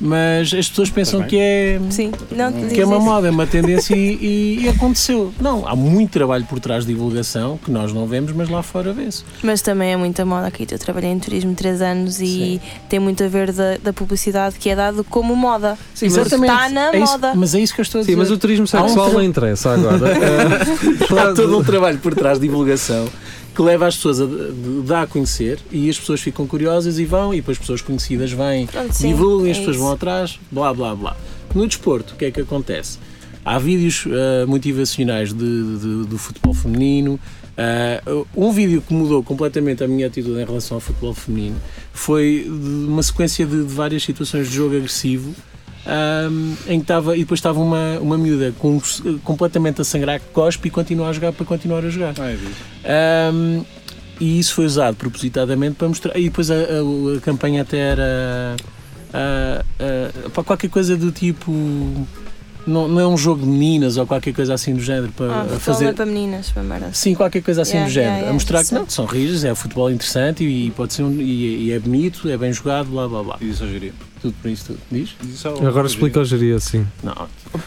Speaker 3: Mas as pessoas pensam
Speaker 6: Pois
Speaker 3: que é,
Speaker 4: Sim, não te
Speaker 3: que é
Speaker 4: dizes.
Speaker 3: uma moda, é uma tendência e, e- e aconteceu. Não, há muito trabalho por trás de divulgação que nós não vemos, mas lá fora vê-se.
Speaker 4: Mas também é muita moda aqui. Eu trabalhei em turismo 3 anos e tem muito a ver da, da publicidade que é dado como moda.
Speaker 2: Sim, mas-
Speaker 4: Exatamente. Está na
Speaker 3: É isso-
Speaker 4: moda.
Speaker 3: mas é isso que eu estou a dizer.
Speaker 2: Sim, mas o turismo sexual
Speaker 3: Há um tra-
Speaker 2: não interessa agora.
Speaker 3: <laughs>
Speaker 2: Eh,
Speaker 3: Há todo um trabalho por trás de divulgação que leva as pessoas a de- dar a conhecer e as pessoas ficam curiosas e vão, e depois pessoas conhecidas vêm,
Speaker 4: Pronto, sim,
Speaker 3: divulgam,
Speaker 4: é
Speaker 3: as pessoas
Speaker 4: isso.
Speaker 3: vão atrás, blá blá blá. No desporto, o que é que acontece? Há vídeos ah, motivacionais de, de- do futebol feminino. Ah, um vídeo que mudou completamente a minha atitude em relação ao futebol feminino foi de uma sequência de, de várias situações de jogo agressivo Ahm, em que estava, e depois estava uma, uma miúda com, um, completamente a sangrar, que cospe e continua a jogar para continuar a jogar.
Speaker 6: Ah, é isso.
Speaker 3: Ahm, e isso foi usado propositadamente para mostrar. E depois a, a- a campanha até era. ah, ah, pá, qualquer coisa do tipo. Não, não é um jogo de meninas ou qualquer coisa assim do género para
Speaker 4: Ah, futebol não é
Speaker 3: fazer.
Speaker 4: para meninas, para merdas.
Speaker 3: Sim, qualquer coisa assim
Speaker 4: Yeah,
Speaker 3: do género.
Speaker 4: yeah, yeah,
Speaker 3: a mostrar que
Speaker 4: sim.
Speaker 3: não, são rígidas, é futebol interessante e, e pode ser um, e, e é bonito, é bem jogado, blá blá blá.
Speaker 6: Diz
Speaker 5: é
Speaker 6: isso ao geria.
Speaker 3: Tudo por isso, tudo. Diz?
Speaker 6: Diz isso ao-
Speaker 2: Agora
Speaker 6: ao
Speaker 2: explica ao Geria assim.
Speaker 3: Não,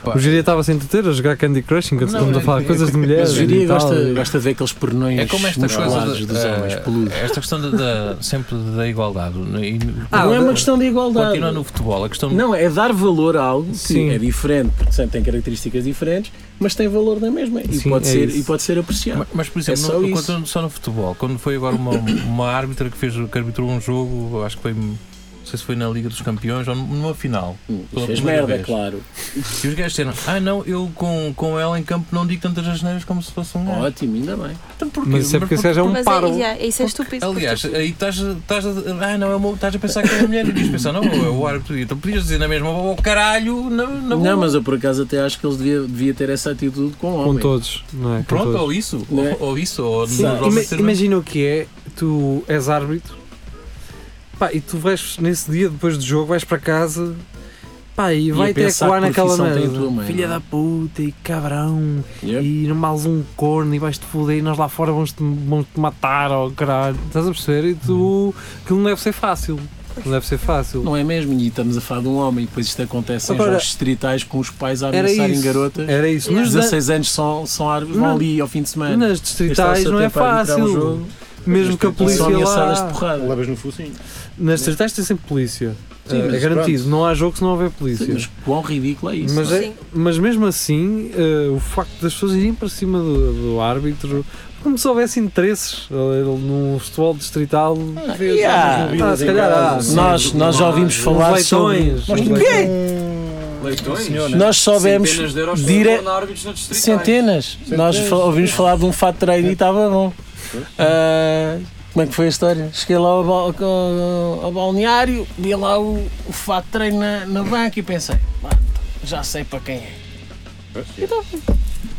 Speaker 5: Pá,
Speaker 2: O Geria estava sem entreter a jogar Candy Crush enquanto
Speaker 5: Não,
Speaker 2: estamos a
Speaker 5: é-
Speaker 2: falar de coisas de mulheres.
Speaker 3: Mas o
Speaker 2: e
Speaker 3: Jiria
Speaker 2: tal.
Speaker 3: gosta, gosta de ver aqueles pornões
Speaker 5: É como esta coisa
Speaker 3: musculados
Speaker 5: de-
Speaker 3: dos
Speaker 5: eh,
Speaker 3: homens peludos.
Speaker 5: Esta questão da, da- sempre da igualdade. né, e-
Speaker 2: Ah,
Speaker 3: não é uma
Speaker 2: da-
Speaker 3: questão de igualdade.
Speaker 5: Continua no futebol, a questão
Speaker 3: Não, é dar valor a algo que
Speaker 2: Sim.
Speaker 3: é diferente, porque sempre tem características diferentes, mas tem valor na mesma e,
Speaker 2: Sim,
Speaker 3: pode,
Speaker 2: é
Speaker 3: ser,
Speaker 2: isso.
Speaker 3: e pode ser apreciado.
Speaker 5: Ma- Mas, por
Speaker 3: É
Speaker 5: exemplo,
Speaker 3: só
Speaker 5: no-
Speaker 3: isso.
Speaker 5: quando- só no futebol, quando foi agora uma, uma árbitra que fez que arbitrou um jogo, acho que foi, não sei se foi na Liga dos Campeões ou numa final.
Speaker 3: Hum,
Speaker 5: pela
Speaker 3: Fez
Speaker 5: primeira
Speaker 3: merda,
Speaker 5: vez.
Speaker 3: claro.
Speaker 5: E os gajos disseram: Ah, não, eu com, com ela em campo não digo tantas asneiras como se fosse um
Speaker 2: Ah.
Speaker 5: gajo.
Speaker 3: Ótimo, ainda bem.
Speaker 5: Então, porquê?
Speaker 2: Mas isso é porque esse gajo é um
Speaker 4: Mas é,
Speaker 2: paro.
Speaker 4: yeah, isso é estúpido.
Speaker 5: Aliás, aí estás, estás a. Ah, não, é uma, estás a pensar que é uma mulher e devias pensar, não, é o árbitro. Então podias dizer na mesma, oh caralho, não, não.
Speaker 3: Não, mas eu por acaso até acho que eles devia, devia ter essa atitude com
Speaker 2: Com
Speaker 3: homens.
Speaker 2: todos, não é? Com
Speaker 5: Pronto,
Speaker 2: todos.
Speaker 5: ou isso,
Speaker 3: Não é?
Speaker 5: ou, ou isso, ou
Speaker 3: Sim.
Speaker 5: não,
Speaker 2: Ima-
Speaker 5: ser-
Speaker 2: imagina o que é, tu és árbitro pá, e tu vais nesse dia depois do jogo, vais para casa pá, e
Speaker 3: a
Speaker 2: vai até
Speaker 3: pensar
Speaker 2: ecoar
Speaker 3: que
Speaker 2: naquela
Speaker 3: profissão tem a
Speaker 2: merda.
Speaker 3: tua mãe,
Speaker 2: Filha
Speaker 3: não é?
Speaker 2: da puta e cabrão
Speaker 3: Yep.
Speaker 2: e não males um corno e vais-te foder e nós lá fora vamos-te vamos -te matar ou caralho. Estás a perceber? E tu aquilo não deve ser fácil. Não deve ser fácil.
Speaker 3: Uhum. Não é mesmo? E estamos a falar de um homem, depois isto acontece
Speaker 2: Agora-
Speaker 3: em jogos distritais com os pais a
Speaker 2: Era
Speaker 3: ameaçarem
Speaker 2: isso.
Speaker 3: garotas.
Speaker 2: Era isso. Nos,
Speaker 3: 16 anos são, são árbitros,
Speaker 2: Não.
Speaker 3: vão ali ao fim de semana.
Speaker 2: nas distritais não é
Speaker 3: Gastar-se até para arbitrar
Speaker 2: fácil.
Speaker 3: um jogo. é
Speaker 2: Mesmo que a
Speaker 3: São
Speaker 2: polícia
Speaker 3: ameaçadas
Speaker 2: lá.
Speaker 3: de
Speaker 6: geria.
Speaker 3: porrada.
Speaker 6: Levas no focinho.
Speaker 2: Nas distritais tem sempre polícia.
Speaker 6: Sim,
Speaker 2: Ah, é
Speaker 6: mas
Speaker 2: garantido. Não há jogo se não houver polícia.
Speaker 3: Sim, Mas quão ridículo é isso?
Speaker 2: mas,
Speaker 3: não é?
Speaker 2: é- mas mesmo assim, eh, o facto das pessoas irem para cima do, do árbitro, como se houvesse interesses eh, num futebol distrital.
Speaker 3: Yeah.
Speaker 2: Ah, se calhar há.
Speaker 6: Sim.
Speaker 3: Nós, nós já ouvimos
Speaker 2: uns
Speaker 3: falar sobre.
Speaker 2: leitões, uns
Speaker 3: o quê?
Speaker 7: Leitões?
Speaker 6: né?
Speaker 3: Nós soubemos
Speaker 7: Centenas de euros
Speaker 3: dire-
Speaker 7: foram árbitros na distritais.
Speaker 3: centenas. Nós fa- ouvimos falar de um fato de treino e estava bom. Ah, como é que foi a história? Cheguei lá ao, bal- ao- ao balneário, vi lá o, o fato de treino na, na banca e pensei, "Pá, já sei para quem é. Então,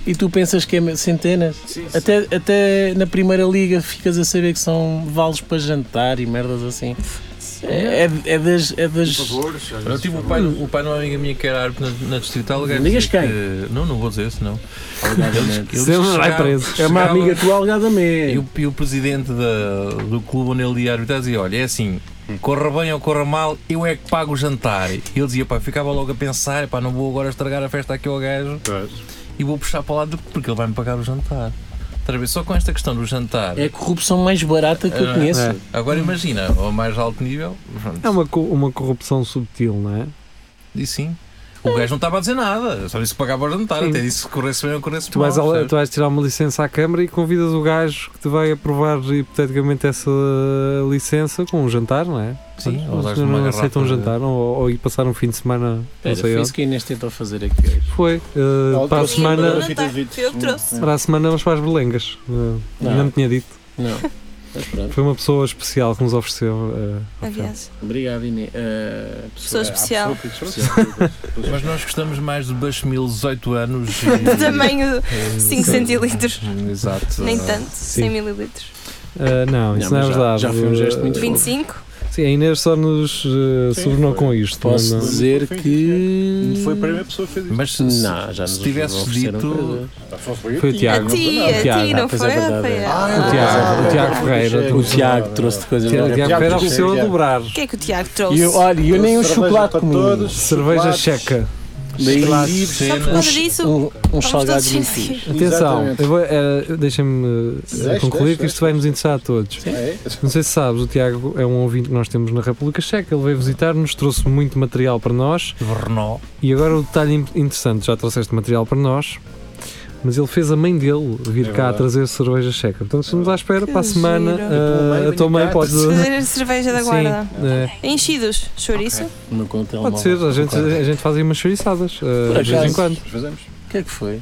Speaker 3: e tu pensas que é centenas?
Speaker 7: Sim, sim.
Speaker 3: Até, até na primeira liga ficas a saber que são vales para jantar e merdas assim. isso. É, é, é das. É das...
Speaker 8: Favores, às
Speaker 5: Eu
Speaker 8: vezes,
Speaker 5: tive o
Speaker 8: favores.
Speaker 5: pai, o pai de uma amiga minha que era árbitro na, na distrital. o gajo
Speaker 3: Digas
Speaker 5: dizia
Speaker 3: quem?
Speaker 5: que- Não, não vou dizer isso, não.
Speaker 3: Alegadamente.
Speaker 5: Ele
Speaker 2: Se ele vai
Speaker 5: chegava-
Speaker 2: preso.
Speaker 5: É uma amiga
Speaker 3: tua,
Speaker 5: E
Speaker 3: alegadamente.
Speaker 5: o, e o presidente da- do clube onde ele ia arbitrar dizia: Olha, é assim, corra bem ou corra mal, eu é que pago o jantar. E ele dizia: Pá, ficava logo a pensar, pá, não vou agora estragar a festa aqui ao gajo e vou puxar para o lado do- porque ele vai-me pagar o jantar. Outra vez, só com esta questão do jantar.
Speaker 3: É a corrupção mais barata que eu
Speaker 5: Ah,
Speaker 3: conheço.
Speaker 5: é. Agora imagina, ao mais alto nível, pronto,
Speaker 2: É uma, co- uma corrupção subtil, não é?
Speaker 5: e sim. O gajo não estava a dizer nada, só disse que pagava o jantar,
Speaker 2: Sim.
Speaker 5: até disse que corresse bem ou corresse
Speaker 2: Tu
Speaker 5: mal.
Speaker 2: vais, ao-
Speaker 5: percebes?
Speaker 2: tu vais tirar uma licença à Câmara e convidas o gajo que te vai aprovar hipoteticamente essa licença com um jantar, não é?
Speaker 5: Sim, ou
Speaker 2: Os
Speaker 5: dás-lhe
Speaker 2: senhores
Speaker 5: uma
Speaker 2: não aceitam um
Speaker 5: garrafa de-
Speaker 2: jantar ou, ou ir passar um fim de semana, não
Speaker 3: Era,
Speaker 2: sei
Speaker 3: foi
Speaker 2: onde.
Speaker 3: isso que a Inês tentou fazer aqui hoje.
Speaker 2: Foi. eh,
Speaker 6: Ela
Speaker 2: para,
Speaker 4: é
Speaker 2: a
Speaker 6: trouxe
Speaker 2: semana,
Speaker 6: lembrança.
Speaker 4: Foi eu que trouxe.
Speaker 2: para a semana vamos para as belengas. Eh,
Speaker 3: Não.
Speaker 2: Ainda não tinha dito.
Speaker 3: Não. Mas pronto.
Speaker 2: Foi uma pessoa especial que nos ofereceu. eh, a oferta.
Speaker 4: Aliás,
Speaker 3: Obrigado, Inês. Ah,
Speaker 6: é,
Speaker 4: pessoa especial.
Speaker 5: Mas nós gostamos mais de Bachmil, 18 anos.
Speaker 4: <laughs>
Speaker 5: É,
Speaker 4: De tamanho 5
Speaker 5: Sim.
Speaker 4: centilitros.
Speaker 5: Exato.
Speaker 4: Nem tanto, 100 mililitros.
Speaker 2: Eh, não, isso não,
Speaker 3: Não,
Speaker 2: é
Speaker 3: mas já-
Speaker 2: verdade.
Speaker 3: já foi um gesto
Speaker 2: Eh,
Speaker 3: muito fofo.
Speaker 4: 25?
Speaker 2: Sim, a Inês só nos eh, subornou com isto.
Speaker 3: Posso
Speaker 2: não-
Speaker 3: dizer
Speaker 6: Foi-
Speaker 3: que.
Speaker 6: Foi a primeira pessoa que fez isso.
Speaker 5: Mas se,
Speaker 3: Não, já
Speaker 5: se
Speaker 3: nos
Speaker 5: tivesses
Speaker 3: ofereceram
Speaker 5: dito-
Speaker 3: coisas.
Speaker 2: Foi o Tiago.
Speaker 4: A ti, a ti,
Speaker 2: Tiago,
Speaker 3: ah,
Speaker 4: não
Speaker 3: pois
Speaker 4: foi?
Speaker 3: é verdade,
Speaker 4: Foi
Speaker 3: é.
Speaker 4: ela.
Speaker 2: o Tiago,
Speaker 3: Ah,
Speaker 2: o Tiago Ferreira.
Speaker 3: O Tiago trouxe de coisas
Speaker 2: Tiago,
Speaker 3: novas.
Speaker 2: Tiago Ferreira
Speaker 6: Tiago.
Speaker 2: ofereceu a dobrar.
Speaker 4: O que é que o Tiago
Speaker 3: E eu,
Speaker 4: trouxe?
Speaker 3: olha, eu nem um chocolate
Speaker 6: para
Speaker 3: comi.
Speaker 6: todos.
Speaker 2: Cerveja checa.
Speaker 3: Daí,
Speaker 4: Só por causa disso,
Speaker 3: um- uns
Speaker 4: vamos
Speaker 3: salgados
Speaker 4: todos
Speaker 3: muito
Speaker 4: sentir.
Speaker 3: fixe.
Speaker 2: Atenção,
Speaker 6: Exatamente.
Speaker 2: eu vou- eh, deixem-me eh,
Speaker 6: Deixa,
Speaker 2: concluir que
Speaker 6: deixa,
Speaker 2: isto vai nos interessar a todos.
Speaker 6: É?
Speaker 2: Não sei se sabes, o Tiago é um ouvinte que nós temos na República Checa. Ele veio visitar-nos, trouxe muito material para nós.
Speaker 5: Renault.
Speaker 2: E agora o detalhe in- interessante: já trouxeste material para nós, mas ele fez a mãe dele vir
Speaker 6: É
Speaker 2: cá
Speaker 6: verdade.
Speaker 2: trazer cerveja checa. Portanto, estamos à espera
Speaker 4: Que
Speaker 2: para a semana.
Speaker 4: giro.
Speaker 2: eh,
Speaker 6: Eu pelo meio
Speaker 2: a tua
Speaker 6: venho
Speaker 2: mãe
Speaker 6: cá
Speaker 2: pode. <laughs>
Speaker 4: <laughs> Fazer cerveja da guarda.
Speaker 2: Sim, eh,
Speaker 4: Enchidos, chouriço.
Speaker 3: Não conta ele mal.
Speaker 2: pode ser, a gente, a gente faz aí umas chouriçadas eh, de vez em
Speaker 3: acaso.
Speaker 2: quando.
Speaker 6: Fazemos.
Speaker 3: O que é que foi?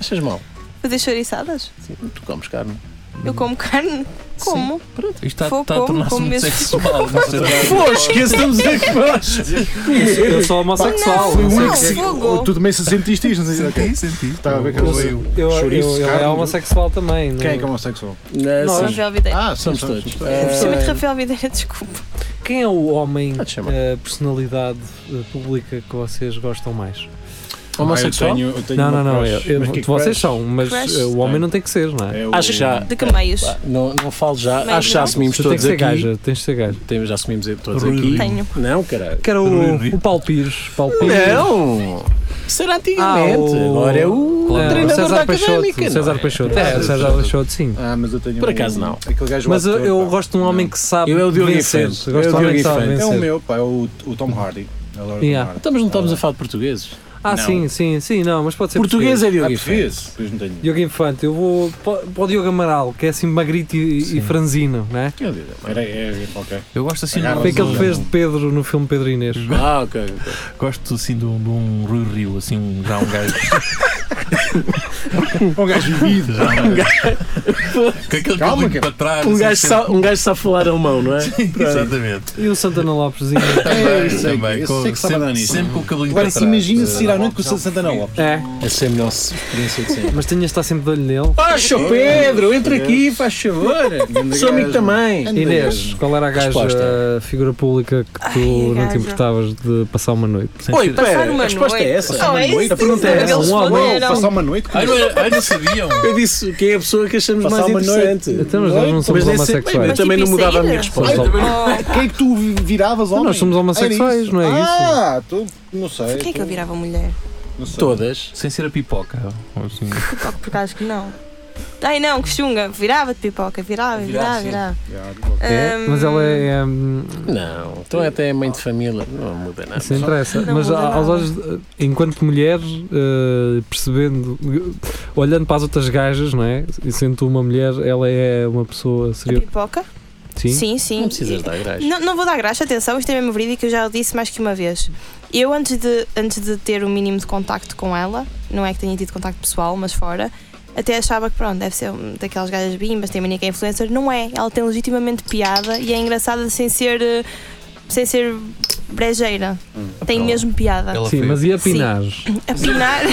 Speaker 3: Achas mal?
Speaker 4: Fazer chouriçadas?
Speaker 3: Sim, tu comes carne.
Speaker 4: Eu como carne. Como?
Speaker 5: Isto está,
Speaker 4: Foi
Speaker 5: está a
Speaker 4: como,
Speaker 5: tornar-se
Speaker 4: como
Speaker 5: muito
Speaker 4: mesmo.
Speaker 5: sexual. não sei é lá.
Speaker 3: Pô, esquecemos a que faz.
Speaker 2: Eu sou homossexual.
Speaker 4: Não,
Speaker 2: eu
Speaker 4: não,
Speaker 2: sei que-
Speaker 4: fogo.
Speaker 6: Tu também se sentiste isto, não sei se é
Speaker 5: Senti, senti.
Speaker 6: Estava a ver que era
Speaker 5: Mas-
Speaker 6: eu.
Speaker 2: Eu, eu,
Speaker 6: Chouriço,
Speaker 2: ele é
Speaker 6: carne.
Speaker 2: homossexual também.
Speaker 6: Quem é que é
Speaker 2: não-
Speaker 6: homossexual?
Speaker 3: Não,
Speaker 2: Assim.
Speaker 3: sim.
Speaker 4: Rafael Videira.
Speaker 6: Ah,
Speaker 3: Somos
Speaker 6: somos
Speaker 3: todos.
Speaker 6: todos.
Speaker 3: É.
Speaker 4: Especialmente Rafael Videira, desculpa.
Speaker 2: Quem é o homem,
Speaker 3: Pode chamar.
Speaker 2: a personalidade eh, pública que vocês gostam mais?
Speaker 3: Homossexual?
Speaker 6: Ah, eu tenho- eu tenho
Speaker 2: Não,
Speaker 6: uma
Speaker 2: não, não. Eu,
Speaker 6: crush.
Speaker 2: eu-
Speaker 6: Mas que
Speaker 2: vocês
Speaker 6: crush?
Speaker 2: são, mas
Speaker 4: Crush?
Speaker 2: eh, o homem não tem que ser, não é?
Speaker 6: É o-
Speaker 3: Achas já?
Speaker 4: De que meios?
Speaker 3: Pá, Não, não falo já.
Speaker 4: Meio
Speaker 3: Acho que já
Speaker 4: não?
Speaker 3: assumimos
Speaker 2: Tu tens que
Speaker 3: todos
Speaker 2: ser
Speaker 3: aqui.
Speaker 2: gaja, tens de ser gaja.
Speaker 3: Temos, já assumimos todos
Speaker 5: Rui
Speaker 3: aqui.
Speaker 5: Rio.
Speaker 4: Tenho.
Speaker 3: Não, caralho.
Speaker 2: Que era o, o Paulo Pires. Paulo Pires.
Speaker 3: Não! Será
Speaker 2: Ah,
Speaker 3: antigamente.
Speaker 2: o-
Speaker 3: Agora é o
Speaker 2: Ah,
Speaker 3: treinador da
Speaker 2: César
Speaker 3: académica.
Speaker 2: Peixoto.
Speaker 3: não é?
Speaker 2: César Peixoto.
Speaker 3: É,
Speaker 2: É, o César Peixoto, sim.
Speaker 6: Ah, mas eu tenho
Speaker 3: Por
Speaker 6: um-
Speaker 3: acaso não.
Speaker 6: Aquele gajo
Speaker 2: Mas eu,
Speaker 6: ator,
Speaker 2: eu
Speaker 6: pá.
Speaker 2: gosto de um homem que sabe
Speaker 3: Eu é o Diogo
Speaker 2: vencer.
Speaker 3: Infante.
Speaker 2: Eu gosto de
Speaker 3: Eu
Speaker 2: um
Speaker 3: é o
Speaker 2: homem que
Speaker 3: Diogo
Speaker 2: sabe
Speaker 3: Infante.
Speaker 6: É o
Speaker 2: vencer.
Speaker 6: meu, pá, é o, o Tom Hardy. Adoro o Tom
Speaker 2: Yeah.
Speaker 6: Hardy.
Speaker 3: Estamos, Então, não estamos a falar de portugueses.
Speaker 2: Ah, sim, sim, sim, não, mas pode ser
Speaker 3: Português é
Speaker 6: Ah,
Speaker 3: Diogo Infante.
Speaker 6: português? Pois não tenho.
Speaker 2: Diogo Infante, eu vou pa- para o Diogo Amaral, que é assim magrito e, e franzino, não é?
Speaker 6: Meu Deus, Era, é, é, ok.
Speaker 5: Eu gosto assim, de
Speaker 6: Agarra-se
Speaker 2: Foi aquele que
Speaker 5: um,
Speaker 2: fez de Pedro no filme Pedro Inês.
Speaker 3: Ah, ok. ok.
Speaker 5: gosto assim de um, de um Rui Rio, assim, um- já um gajo.
Speaker 6: <laughs> Um gajo vivido.
Speaker 5: Já um gajo. Com aquele
Speaker 6: Calma,
Speaker 5: cabelo
Speaker 6: que- é
Speaker 5: para trás.
Speaker 3: Um
Speaker 5: assim,
Speaker 3: gajo,
Speaker 5: sempre-
Speaker 3: sabe, um gajo sabe falar alemão, não é?
Speaker 5: Exatamente.
Speaker 2: E o Santana Lopezinho.
Speaker 6: É, eu sei que-
Speaker 5: Também,
Speaker 6: eu
Speaker 5: com-
Speaker 6: sei que estava a dar
Speaker 5: sempre,
Speaker 6: nisso.
Speaker 5: sempre com o cabelinho
Speaker 6: Agora
Speaker 5: para
Speaker 6: se
Speaker 5: trás. eh,
Speaker 6: imagina se ir à noite com o Santana
Speaker 2: <laughs>
Speaker 6: Lopes.
Speaker 2: é,
Speaker 3: Essa é a melhor experiência de sempre.
Speaker 2: mas tinha de estar sempre de olho nele.
Speaker 3: Ah, seu Pedro, entra aqui, faz favor. Sou amigo também.
Speaker 2: Inês, qual era a gaja,
Speaker 3: Resposta.
Speaker 2: a figura pública que
Speaker 4: Ai,
Speaker 2: tu não
Speaker 4: gaja.
Speaker 2: te importavas de passar uma noite?
Speaker 5: Sem
Speaker 3: Oi,
Speaker 5: ser-
Speaker 4: Passar
Speaker 3: pera,
Speaker 4: uma
Speaker 3: a resposta
Speaker 4: noite.
Speaker 3: é essa.
Speaker 4: Só é isso.
Speaker 3: A pergunta é
Speaker 4: que
Speaker 3: essa.
Speaker 4: eles
Speaker 2: um homem,
Speaker 4: responderam.
Speaker 6: Passar uma noite com
Speaker 5: Ai, não era- ai, não sabiam.
Speaker 3: Eu disse que é a pessoa que achamos
Speaker 6: Passar
Speaker 3: mais
Speaker 6: uma
Speaker 3: interessante.
Speaker 2: Então, mas nós não somos
Speaker 3: nem sei-
Speaker 2: homossexuais.
Speaker 3: eu também
Speaker 4: Mas
Speaker 3: não
Speaker 4: tipo,
Speaker 3: mudava a minha
Speaker 4: sair?
Speaker 3: resposta.
Speaker 2: Somos
Speaker 4: Oh,
Speaker 6: Quem é que tu viravas homem?
Speaker 2: Nós somos homossexuais,
Speaker 6: Era isso.
Speaker 2: não é isso?
Speaker 6: Ah, tu não sei.
Speaker 4: Por que é que eu
Speaker 6: tu-
Speaker 4: virava mulher?
Speaker 6: não sei.
Speaker 3: Todas.
Speaker 5: Sem ser a pipoca. Assim.
Speaker 4: Pipoca, por acaso que não. Ai não, que chunga. Virava de pipoca, virava, virava, virava.
Speaker 6: Yeah, ok.
Speaker 2: É,
Speaker 4: Ahm,
Speaker 2: mas ela é. é, hum,
Speaker 3: Não, então até é mãe de família. Não muda nada.
Speaker 2: Isso interessa.
Speaker 4: Não
Speaker 2: mas
Speaker 4: muda
Speaker 2: a- aos
Speaker 4: nada.
Speaker 2: olhos. de- Enquanto mulher, eh, percebendo. Olhando para as outras gajas, não é? E sendo tu uma mulher, ela é uma pessoa.
Speaker 4: A
Speaker 2: Seria.
Speaker 4: pipoca?
Speaker 2: Sim.
Speaker 4: Sim, sim.
Speaker 3: Não precisas dar graça.
Speaker 4: Não, não vou dar graxa, atenção, isto é mesmo verídico, eu já o disse mais que uma vez. Eu, antes de, antes de ter o mínimo de contacto com ela, não é que tenha tido contacto pessoal, mas fora, até achava que, pronto, deve ser um daquelas gajas bimbas, tem mania que é influencer. Não é, ela tem legitimamente piada e é engraçada sem ser. eh, sem ser brejeira.
Speaker 3: Hum.
Speaker 4: Tem
Speaker 5: Ela-
Speaker 4: mesmo piada.
Speaker 5: Ela
Speaker 2: Sim,
Speaker 5: foi-
Speaker 2: mas e a
Speaker 4: Sim.
Speaker 2: pinar?
Speaker 3: <laughs>
Speaker 4: Apinar,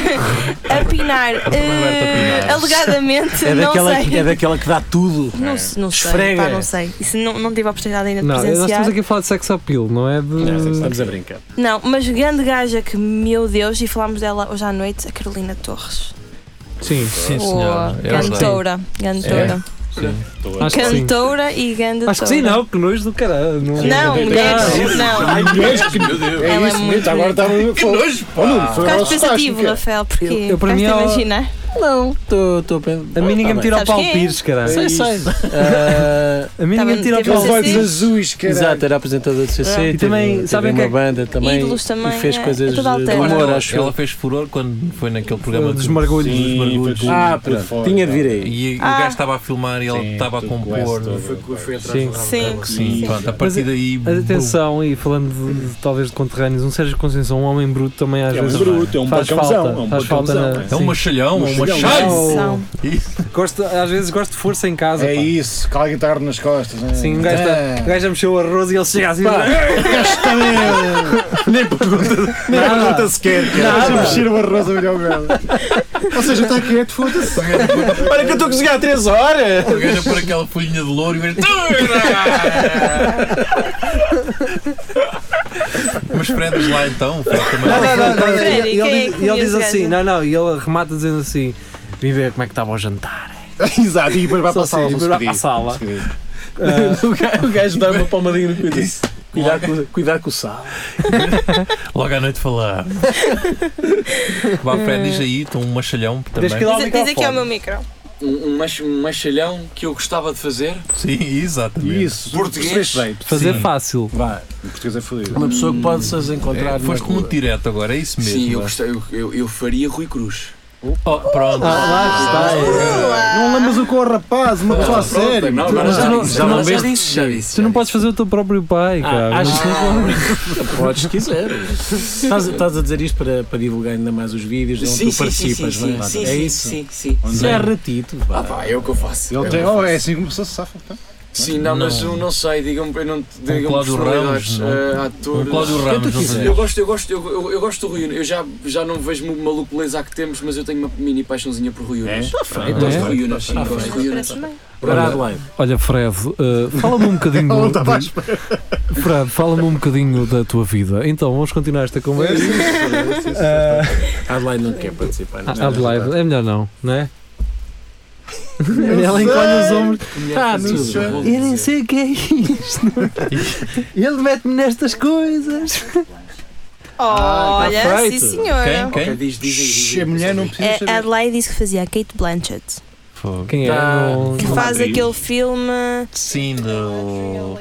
Speaker 4: apinar, eh,
Speaker 5: Apinar.
Speaker 4: alegadamente,
Speaker 3: É
Speaker 4: não
Speaker 3: daquela, que,
Speaker 4: sei.
Speaker 3: é daquela que dá tudo.
Speaker 4: Não, se- não sei,
Speaker 3: Esfrega.
Speaker 4: pá, não sei. Isso não, não tive a oportunidade ainda de
Speaker 2: Não, nós
Speaker 4: presenciar.
Speaker 2: estamos aqui a falar de sex appeal, não é de.
Speaker 3: Estamos a brincar.
Speaker 4: Não, mas grande gaja que, meu Deus, e falámos dela hoje à noite, a Carolina Torres.
Speaker 2: Sim,
Speaker 5: Sim,
Speaker 4: Boa,
Speaker 5: senhora. É verdade.
Speaker 4: cantora, cantora.
Speaker 5: Sim.
Speaker 2: É, acho que sim.
Speaker 4: Cantora e grande
Speaker 2: Acho que sim, não, que nojo do caralho. Não, é?
Speaker 4: Não, mulheres, não.
Speaker 6: É
Speaker 4: Ela é
Speaker 6: isso,
Speaker 4: muito
Speaker 6: bonito. Agora está Que nojo! foi agora o
Speaker 4: Ficaste
Speaker 6: sotaque,
Speaker 4: pensativo,
Speaker 6: o quê?
Speaker 4: Rafael, porque
Speaker 2: Eu- eu, para
Speaker 4: ficaste
Speaker 2: mim, é
Speaker 4: a
Speaker 2: ela-
Speaker 4: imaginar.
Speaker 3: Não, estou a pensar.
Speaker 2: A mim ninguém me tira o
Speaker 4: Sabes
Speaker 2: pau
Speaker 4: quem é?
Speaker 2: pires, caralho.
Speaker 3: Sei, sei. Tá <laughs> Ah,
Speaker 2: A mim
Speaker 4: Tá
Speaker 2: ninguém
Speaker 4: bem,
Speaker 2: me tira o
Speaker 4: temos
Speaker 2: pau
Speaker 6: Aqueles
Speaker 4: Vocês
Speaker 6: olhos
Speaker 4: sim.
Speaker 6: azuis, cara.
Speaker 3: Exato, era apresentador do CC.
Speaker 4: Ah, e
Speaker 3: teve-
Speaker 2: também,
Speaker 3: teve
Speaker 2: sabem
Speaker 3: uma
Speaker 2: quem-
Speaker 3: banda também.
Speaker 4: Ídolos também,
Speaker 3: E fez
Speaker 4: é,
Speaker 3: coisas
Speaker 4: é
Speaker 3: de
Speaker 4: toda
Speaker 6: um
Speaker 4: alterna.
Speaker 3: humor,
Speaker 5: Ela-
Speaker 3: acho eu.
Speaker 5: Ela fez furor quando foi naquele programa
Speaker 2: Dos
Speaker 5: que-
Speaker 2: mergulhos.
Speaker 5: Sim,
Speaker 3: Sim,
Speaker 5: dos mergulhos.
Speaker 3: foi-
Speaker 6: Ah, por fora.
Speaker 3: Tinha de vir <laughs> aí.
Speaker 5: E o
Speaker 4: Ah.
Speaker 5: gajo estava a filmar e ela
Speaker 6: Sim,
Speaker 5: estava a
Speaker 6: tudo
Speaker 5: compor.
Speaker 6: com essa
Speaker 5: Foi-
Speaker 6: toda. Foi atrás
Speaker 2: Sim.
Speaker 6: do rabo
Speaker 4: Sim.
Speaker 6: dela.
Speaker 5: Sim,
Speaker 4: Sim.
Speaker 5: pronto, a
Speaker 2: Mas
Speaker 5: partir daí.
Speaker 2: Mas atenção, e falando de, de- talvez de conterrâneos, um Sérgio Conceição, um homem bruto, também às
Speaker 6: É
Speaker 2: vezes
Speaker 6: um bruto, é um
Speaker 2: faz
Speaker 6: bacãozão,
Speaker 2: falta.
Speaker 6: é um
Speaker 2: faz falta
Speaker 6: bacãozão,
Speaker 2: na-
Speaker 6: é.
Speaker 5: É um
Speaker 2: sim.
Speaker 5: machalhão, um
Speaker 6: Machilhão.
Speaker 5: machado.
Speaker 4: São.
Speaker 2: Gosto, às vezes gosto de força em casa.
Speaker 6: É
Speaker 2: pá.
Speaker 6: isso, com a guitarra nas costas. né?
Speaker 2: Sim, um gajo, tá-
Speaker 6: É.
Speaker 2: o gajo já mexeu o arroz e ele chega <laughs> assim.
Speaker 6: Nem pergunta, nem
Speaker 2: Nada.
Speaker 6: pergunta sequer. Deixa mexer o arroz a melhor Ou seja, está quieto, foda-se.
Speaker 3: Olha que eu estou a chegar a 3 horas!
Speaker 5: O gajo é por aquela folhinha de louro e o gajo. Mas prendes lá então. fala também.
Speaker 2: Não, não, não, não, não.
Speaker 4: Sério,
Speaker 2: E ele,
Speaker 4: quem é
Speaker 2: diz-
Speaker 4: que
Speaker 2: e ele
Speaker 4: conhece
Speaker 2: diz
Speaker 4: o
Speaker 2: assim,
Speaker 4: gajo?
Speaker 2: não, não, e ele remata dizendo assim: vim ver como é que estava o jantar.
Speaker 6: <laughs> Exato, e depois vai
Speaker 2: Só
Speaker 6: para a sala.
Speaker 2: assim, vai
Speaker 6: vamos
Speaker 2: para a
Speaker 6: pedir.
Speaker 2: sala.
Speaker 6: Vamos pedir.
Speaker 2: Ah,
Speaker 3: O gajo, o gajo dá uma palmadinha no cuidado. Cuidar com, cuidar com o sal.
Speaker 5: Logo à noite falar. Vá, Fred, diz aí, estou um machalhão também.
Speaker 2: Desde que lá o
Speaker 4: Diz, diz aqui ao meu
Speaker 2: microfone.
Speaker 4: micro.
Speaker 8: Um, um, mach, um machalhão que eu gostava de fazer.
Speaker 5: Sim, exatamente.
Speaker 6: Isso,
Speaker 8: Português?
Speaker 6: percebeste bem.
Speaker 2: Fazer
Speaker 5: Sim.
Speaker 2: fácil.
Speaker 6: Vá, o português é fodido.
Speaker 3: Uma pessoa que pode se as encontrar.
Speaker 5: É,
Speaker 3: na
Speaker 5: foste
Speaker 3: rua.
Speaker 5: muito direto agora, é isso mesmo.
Speaker 8: Sim, eu,
Speaker 5: vá.
Speaker 8: gostava, eu, eu, eu faria Rui Cruz.
Speaker 5: Oh, pronto.
Speaker 2: Ah, lá está. é.
Speaker 6: Não lembras o que é o rapaz, uma pessoa assim. a sério.
Speaker 8: Não, agora
Speaker 2: Mas
Speaker 8: já,
Speaker 2: tu não-
Speaker 8: disse,
Speaker 2: tu não
Speaker 8: já,
Speaker 2: vês-
Speaker 8: disse, já disse.
Speaker 2: Tu não podes fazer o teu próprio pai, cara.
Speaker 3: Ah, acho
Speaker 2: Não-
Speaker 8: Ah, <laughs>
Speaker 3: que podes quiser. estás, estás a dizer isto para, para divulgar ainda mais os vídeos onde
Speaker 8: Sim,
Speaker 3: tu
Speaker 8: sim, sim, sim,
Speaker 3: participas,
Speaker 8: sim,
Speaker 3: não é?
Speaker 8: sim,
Speaker 3: é
Speaker 8: sim,
Speaker 3: isso.
Speaker 8: sim, sim.
Speaker 3: Isso é ratito,
Speaker 8: Ah
Speaker 3: pá.
Speaker 8: pá, é o que eu faço. é
Speaker 6: Ele
Speaker 8: o
Speaker 6: tem,
Speaker 8: que eu
Speaker 6: oh,
Speaker 8: faço.
Speaker 6: é assim que começou a safa. então.
Speaker 8: Sim, não, mas
Speaker 5: Não.
Speaker 8: eu não sei, digam-me, eu não digam-me
Speaker 5: Cláudio
Speaker 8: personalidades,
Speaker 5: Ramos, não?
Speaker 8: eh,
Speaker 5: O
Speaker 8: atores.
Speaker 5: Cláudio
Speaker 3: tu
Speaker 5: Ramos não
Speaker 3: quiseres.
Speaker 5: fazia.
Speaker 8: Eu gosto, eu gosto, eu, eu, eu gosto do Rui Unas. Eu já, já não vejo o maluco beleza que temos, mas eu tenho uma mini paixãozinha por Rui Unas.
Speaker 3: feito.
Speaker 8: Gosto de
Speaker 2: É?
Speaker 8: Rui Unas, sim,
Speaker 3: Tá
Speaker 8: gosto de
Speaker 3: feito.
Speaker 8: Rui Unas.
Speaker 4: Parece bem.
Speaker 3: Para Adelaide.
Speaker 2: Olha, Fred, eh, fala-me um bocadinho.
Speaker 6: Ele não
Speaker 2: do-
Speaker 6: estava à
Speaker 2: do- Fred, fala-me um bocadinho da tua vida. Então, vamos continuar esta conversa.
Speaker 3: Adelaide não quer participar.
Speaker 2: Ah,
Speaker 3: não é?
Speaker 2: Adelaide, é melhor não, não é? Ela
Speaker 6: sei.
Speaker 2: encolhe os ombros.
Speaker 8: Ah,
Speaker 6: não
Speaker 8: tudo.
Speaker 6: sei.
Speaker 8: Vou
Speaker 2: Eu nem
Speaker 8: dizer.
Speaker 2: sei o que é isto. Ele mete-me nestas coisas. Ah, tá
Speaker 4: Olha, sim
Speaker 5: feito.
Speaker 4: senhora.
Speaker 5: Quem?
Speaker 8: Ok, diz, diz, diz, diz,
Speaker 6: A
Speaker 8: diz.
Speaker 6: mulher não precisa
Speaker 4: É,
Speaker 6: saber.
Speaker 4: Adelaide disse que fazia a Kate Blanchett,
Speaker 5: Fogo.
Speaker 2: Quem é?
Speaker 3: Tá.
Speaker 2: Não-
Speaker 4: que
Speaker 2: não-
Speaker 4: faz
Speaker 6: atriz.
Speaker 4: aquele filme.
Speaker 5: Sim, do...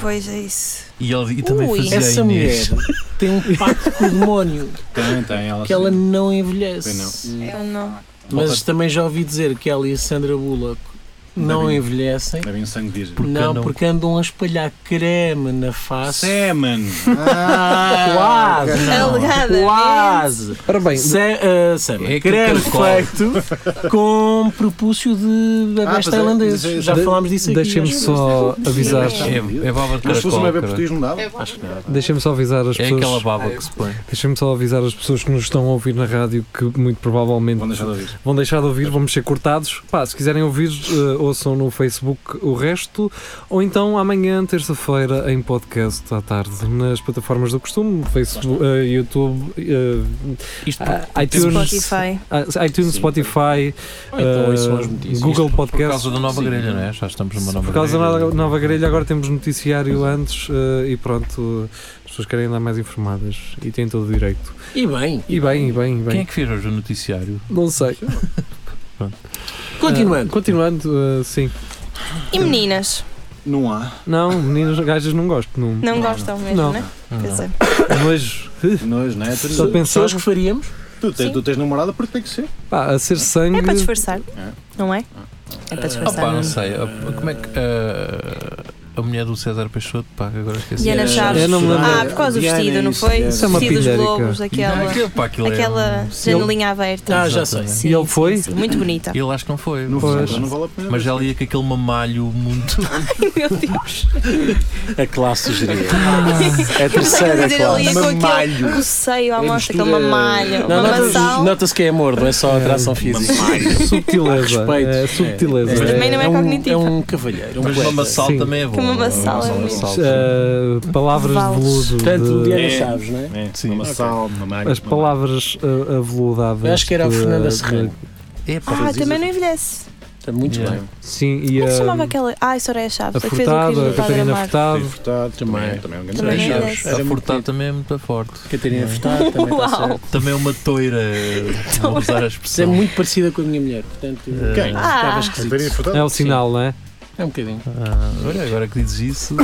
Speaker 4: Pois é isso.
Speaker 5: E, ele, e também
Speaker 4: Ui.
Speaker 5: fazia
Speaker 3: Essa
Speaker 5: a
Speaker 3: mulher
Speaker 5: Inês.
Speaker 3: tem um pacto com o demónio
Speaker 6: Tem, tem, ela
Speaker 3: que ela não envelhece.
Speaker 8: Não.
Speaker 4: Eu não.
Speaker 3: Mas também já ouvi dizer que ela e a Sandra Bullock não
Speaker 6: Não vi.
Speaker 3: envelhecem.
Speaker 6: Deve um sangue virgem.
Speaker 5: Porque
Speaker 3: Não,
Speaker 5: não?
Speaker 3: porque andam a espalhar creme na face.
Speaker 6: Semen!
Speaker 3: Quase!
Speaker 4: Alegadamente.
Speaker 3: Quase!
Speaker 2: Ora bem,
Speaker 3: Se, ah, sabe,
Speaker 5: É que
Speaker 3: creme
Speaker 5: aquele qual-
Speaker 3: feito com propúcio de
Speaker 6: Ah,
Speaker 3: bebés
Speaker 6: pois é,
Speaker 3: tailandeses.
Speaker 6: mas é-
Speaker 3: Já
Speaker 2: de-
Speaker 3: falámos disso aqui.
Speaker 2: Deixem-me
Speaker 3: acho.
Speaker 2: só avisar.
Speaker 5: É, é baba de
Speaker 6: Mas se fosse uma bebê
Speaker 5: caracol. cara.
Speaker 6: português não dava?
Speaker 3: Acho que não.
Speaker 2: Deixem-me só avisar as
Speaker 5: É aquela
Speaker 2: pessoas.
Speaker 5: baba que se põe.
Speaker 2: Deixem-me só avisar as pessoas que nos estão a ouvir na rádio que muito provavelmente
Speaker 6: Vão deixar de ouvir.
Speaker 2: vão deixar de ouvir, vamos ser cortados. Pá, se quiserem ouvir, eh, ouçam no Facebook o resto, ou então amanhã, terça-feira, em podcast à tarde, nas plataformas do costume, Facebook, eh, YouTube, eh,
Speaker 3: Isto
Speaker 2: ah, iTunes,
Speaker 4: Spotify.
Speaker 2: ah, itunes Spotify,
Speaker 3: Ou então
Speaker 2: eh,
Speaker 3: isso são as notícias.
Speaker 2: Google
Speaker 5: Por
Speaker 2: Podcasts.
Speaker 5: causa da nova
Speaker 6: Sim.
Speaker 5: grelha, não é? Já estamos numa nova
Speaker 2: Por causa da
Speaker 5: grelha.
Speaker 2: nova- nova grelha, agora temos noticiário antes eh, e pronto, as pessoas querem andar mais informadas e têm todo o direito.
Speaker 3: E bem,
Speaker 2: E bem, e bem, e bem.
Speaker 5: Quem é que fez hoje o noticiário?
Speaker 2: Não sei. Eh,
Speaker 3: continuando.
Speaker 2: continuando, eh, sim.
Speaker 4: E meninas?
Speaker 6: Não há.
Speaker 2: Não, meninas, gajas não gosto. Não,
Speaker 4: Não gostam mesmo,
Speaker 2: Não.
Speaker 4: né? Pois é.
Speaker 2: Mas
Speaker 6: Nós, não é?
Speaker 2: só
Speaker 6: Tu,
Speaker 2: pensar
Speaker 3: Pessoas que faríamos.
Speaker 6: tu, tens,
Speaker 4: Sim.
Speaker 6: tu tens namorada porque tem que ser.
Speaker 2: pá, a ser
Speaker 4: É
Speaker 2: sangue.
Speaker 4: para disfarçar,
Speaker 6: É.
Speaker 4: não é? É para
Speaker 5: Ah, pá,
Speaker 4: disfarçar.
Speaker 5: não sei. Ah, Como é que. ah, a mulher do César Peixoto, pá, que agora esqueci.
Speaker 4: E Ana
Speaker 8: Diana
Speaker 4: Chaves.
Speaker 2: É. Eu não me lembro.
Speaker 4: Ah, por causa do
Speaker 6: Diana,
Speaker 4: vestido, não
Speaker 6: isso,
Speaker 4: foi?
Speaker 6: Diana.
Speaker 2: Isso é uma
Speaker 4: vestido dos
Speaker 2: pilhérica.
Speaker 4: globos, aquela,
Speaker 5: Aquilo, pá, aquilo é
Speaker 4: aquela
Speaker 5: um-
Speaker 4: janelinha aberta.
Speaker 3: Ah, já sei.
Speaker 5: Exatamente.
Speaker 4: Sim,
Speaker 2: E ele foi?
Speaker 4: sim, sim,
Speaker 2: <laughs>
Speaker 4: muito bonita.
Speaker 5: Ele acho que não foi.
Speaker 6: Não,
Speaker 2: Pois.
Speaker 6: não vale a pena.
Speaker 5: Mas ela ia com aquele mamalho muito.
Speaker 4: Meu Deus.
Speaker 3: A classe <laughs> sugeria. É a
Speaker 4: <laughs>
Speaker 3: terceira
Speaker 4: Mas é que ele ia
Speaker 3: classe.
Speaker 4: com aquele- <laughs> O seio à
Speaker 2: É
Speaker 4: mostra, aquele mamalho,
Speaker 3: Não,
Speaker 4: uma
Speaker 3: notas-
Speaker 4: maçã.
Speaker 3: Nota-se que é amor, não é só atração física.
Speaker 2: Subtileza.
Speaker 3: Respeito.
Speaker 2: É, subtileza.
Speaker 3: Mas
Speaker 4: também não é
Speaker 2: um-
Speaker 4: cognitivo.
Speaker 3: É um cavalheiro. Um
Speaker 5: Mas
Speaker 3: poeta.
Speaker 5: mamassal
Speaker 2: Sim.
Speaker 5: também é bom.
Speaker 4: Que mamassal é
Speaker 5: Mamassal
Speaker 4: muito
Speaker 5: salto.
Speaker 2: Uh, palavras
Speaker 4: Vals.
Speaker 2: de
Speaker 3: Portanto,
Speaker 2: veludo. de-
Speaker 3: Diana
Speaker 7: É.
Speaker 3: Chaves, não é?
Speaker 6: É,
Speaker 5: Sim.
Speaker 6: Uma
Speaker 5: Ok.
Speaker 6: sal, uma malha,
Speaker 2: as
Speaker 6: uma
Speaker 2: palavras uh, aveludadas.
Speaker 3: Eu acho que era a
Speaker 2: de-
Speaker 3: Fernanda
Speaker 2: de-
Speaker 3: Serrano.
Speaker 5: É, pá,
Speaker 4: Ah, também não envelhece.
Speaker 3: Está muito
Speaker 5: Yeah.
Speaker 3: bem.
Speaker 2: Sim, e
Speaker 4: Como
Speaker 2: a,
Speaker 4: se chamava aquela? Ah, a Soraya Chaves,
Speaker 2: a
Speaker 4: a que fez o
Speaker 2: Furtado,
Speaker 4: querido
Speaker 2: a
Speaker 4: do Padre
Speaker 2: Catarina
Speaker 6: malha.
Speaker 4: Amaro.
Speaker 2: Furtado.
Speaker 6: Sim, Furtado, também,
Speaker 5: Também.
Speaker 6: também é um
Speaker 4: Também
Speaker 6: grande
Speaker 4: não
Speaker 5: Chaves.
Speaker 4: envelhece.
Speaker 3: Era
Speaker 5: A
Speaker 3: muito
Speaker 5: furtar
Speaker 3: bonito.
Speaker 5: também é muito forte.
Speaker 3: Catarina Furtado também está
Speaker 4: Uau.
Speaker 3: certo.
Speaker 5: Também é uma toira, vou usar a
Speaker 3: Isso é
Speaker 5: expressão.
Speaker 3: muito parecida com a minha mulher, portanto,
Speaker 5: Quem?
Speaker 4: Ah.
Speaker 3: ficava
Speaker 6: Catarina
Speaker 3: esquisito.
Speaker 6: Furtado?
Speaker 2: É o sinal, não é?
Speaker 3: É um bocadinho.
Speaker 5: Ah, olha, agora que dizes isso.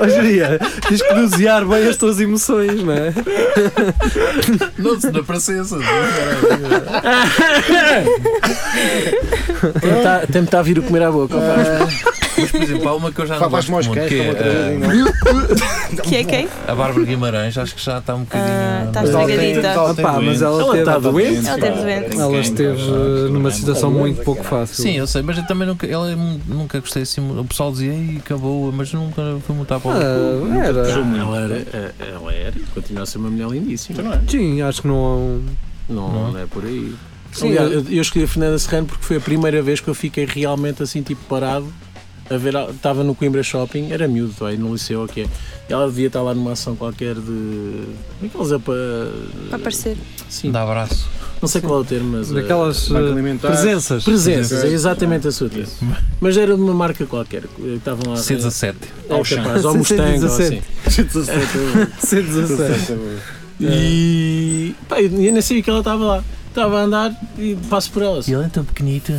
Speaker 2: Hoje em dia, tens que dosear bem as tuas emoções, não é?
Speaker 5: Não, é? se na princesa.
Speaker 3: Tentar, tentar vir o comer à boca. opa.
Speaker 5: Mas, por exemplo, há uma que eu já não
Speaker 6: Faz
Speaker 5: gosto muito,
Speaker 6: moscas,
Speaker 5: que
Speaker 6: como outra
Speaker 5: é
Speaker 6: vez. não.
Speaker 4: Que é
Speaker 2: Um
Speaker 4: quem?
Speaker 5: ah, a Bárbara Guimarães, acho que já está
Speaker 4: Ah,
Speaker 5: um bocadinho.
Speaker 4: está
Speaker 6: Mas ela tem-
Speaker 4: esfregadita.
Speaker 6: ela tem
Speaker 2: Ah, Pá, mas
Speaker 6: doença.
Speaker 2: ela,
Speaker 3: Ela
Speaker 2: teve
Speaker 3: está
Speaker 2: doente.
Speaker 4: Ela teve doente.
Speaker 2: Ela esteve uh, numa situação muito pouco fácil.
Speaker 5: Sim, eu sei, mas eu também nunca, ela, é mu- nunca gostei assim. O pessoal dizia, e acabou, mas nunca fui muito à bola.
Speaker 2: Ah, era.
Speaker 3: Ela era, ela era e continua a ser uma mulher lindíssima.
Speaker 6: Não é?
Speaker 2: Sim, acho que não. um-
Speaker 3: Não, não é por aí.
Speaker 2: Sim,
Speaker 3: Aliás,
Speaker 2: eu-
Speaker 3: eu, eu escolhi a Fernanda Serrano porque foi a primeira vez que eu fiquei realmente assim, tipo, parado. A ver, al- estava no Coimbra Shopping, era miúdo, tá aí no liceu, ok. E ela devia estar lá numa ação qualquer de. é Aqueles apa.
Speaker 4: Para aparecer.
Speaker 3: Sim,
Speaker 5: Dá abraço.
Speaker 3: não sei qual é o termo, mas. eh,
Speaker 2: Daquelas uh,
Speaker 6: Banco alimentar.
Speaker 2: presenças.
Speaker 3: Presenças, é exatamente a sua termo. Mas era de uma marca qualquer, que estavam
Speaker 5: Ah,
Speaker 3: lá.
Speaker 5: C17.
Speaker 3: É capaz, ou
Speaker 2: Sim,
Speaker 3: Mustang, ou
Speaker 2: 17.
Speaker 3: assim. é.
Speaker 2: C17.
Speaker 3: E. Pá, eu nem sabia que ela estava lá. Estava a andar e passo por ela. assim,
Speaker 5: ela é tão pequenita.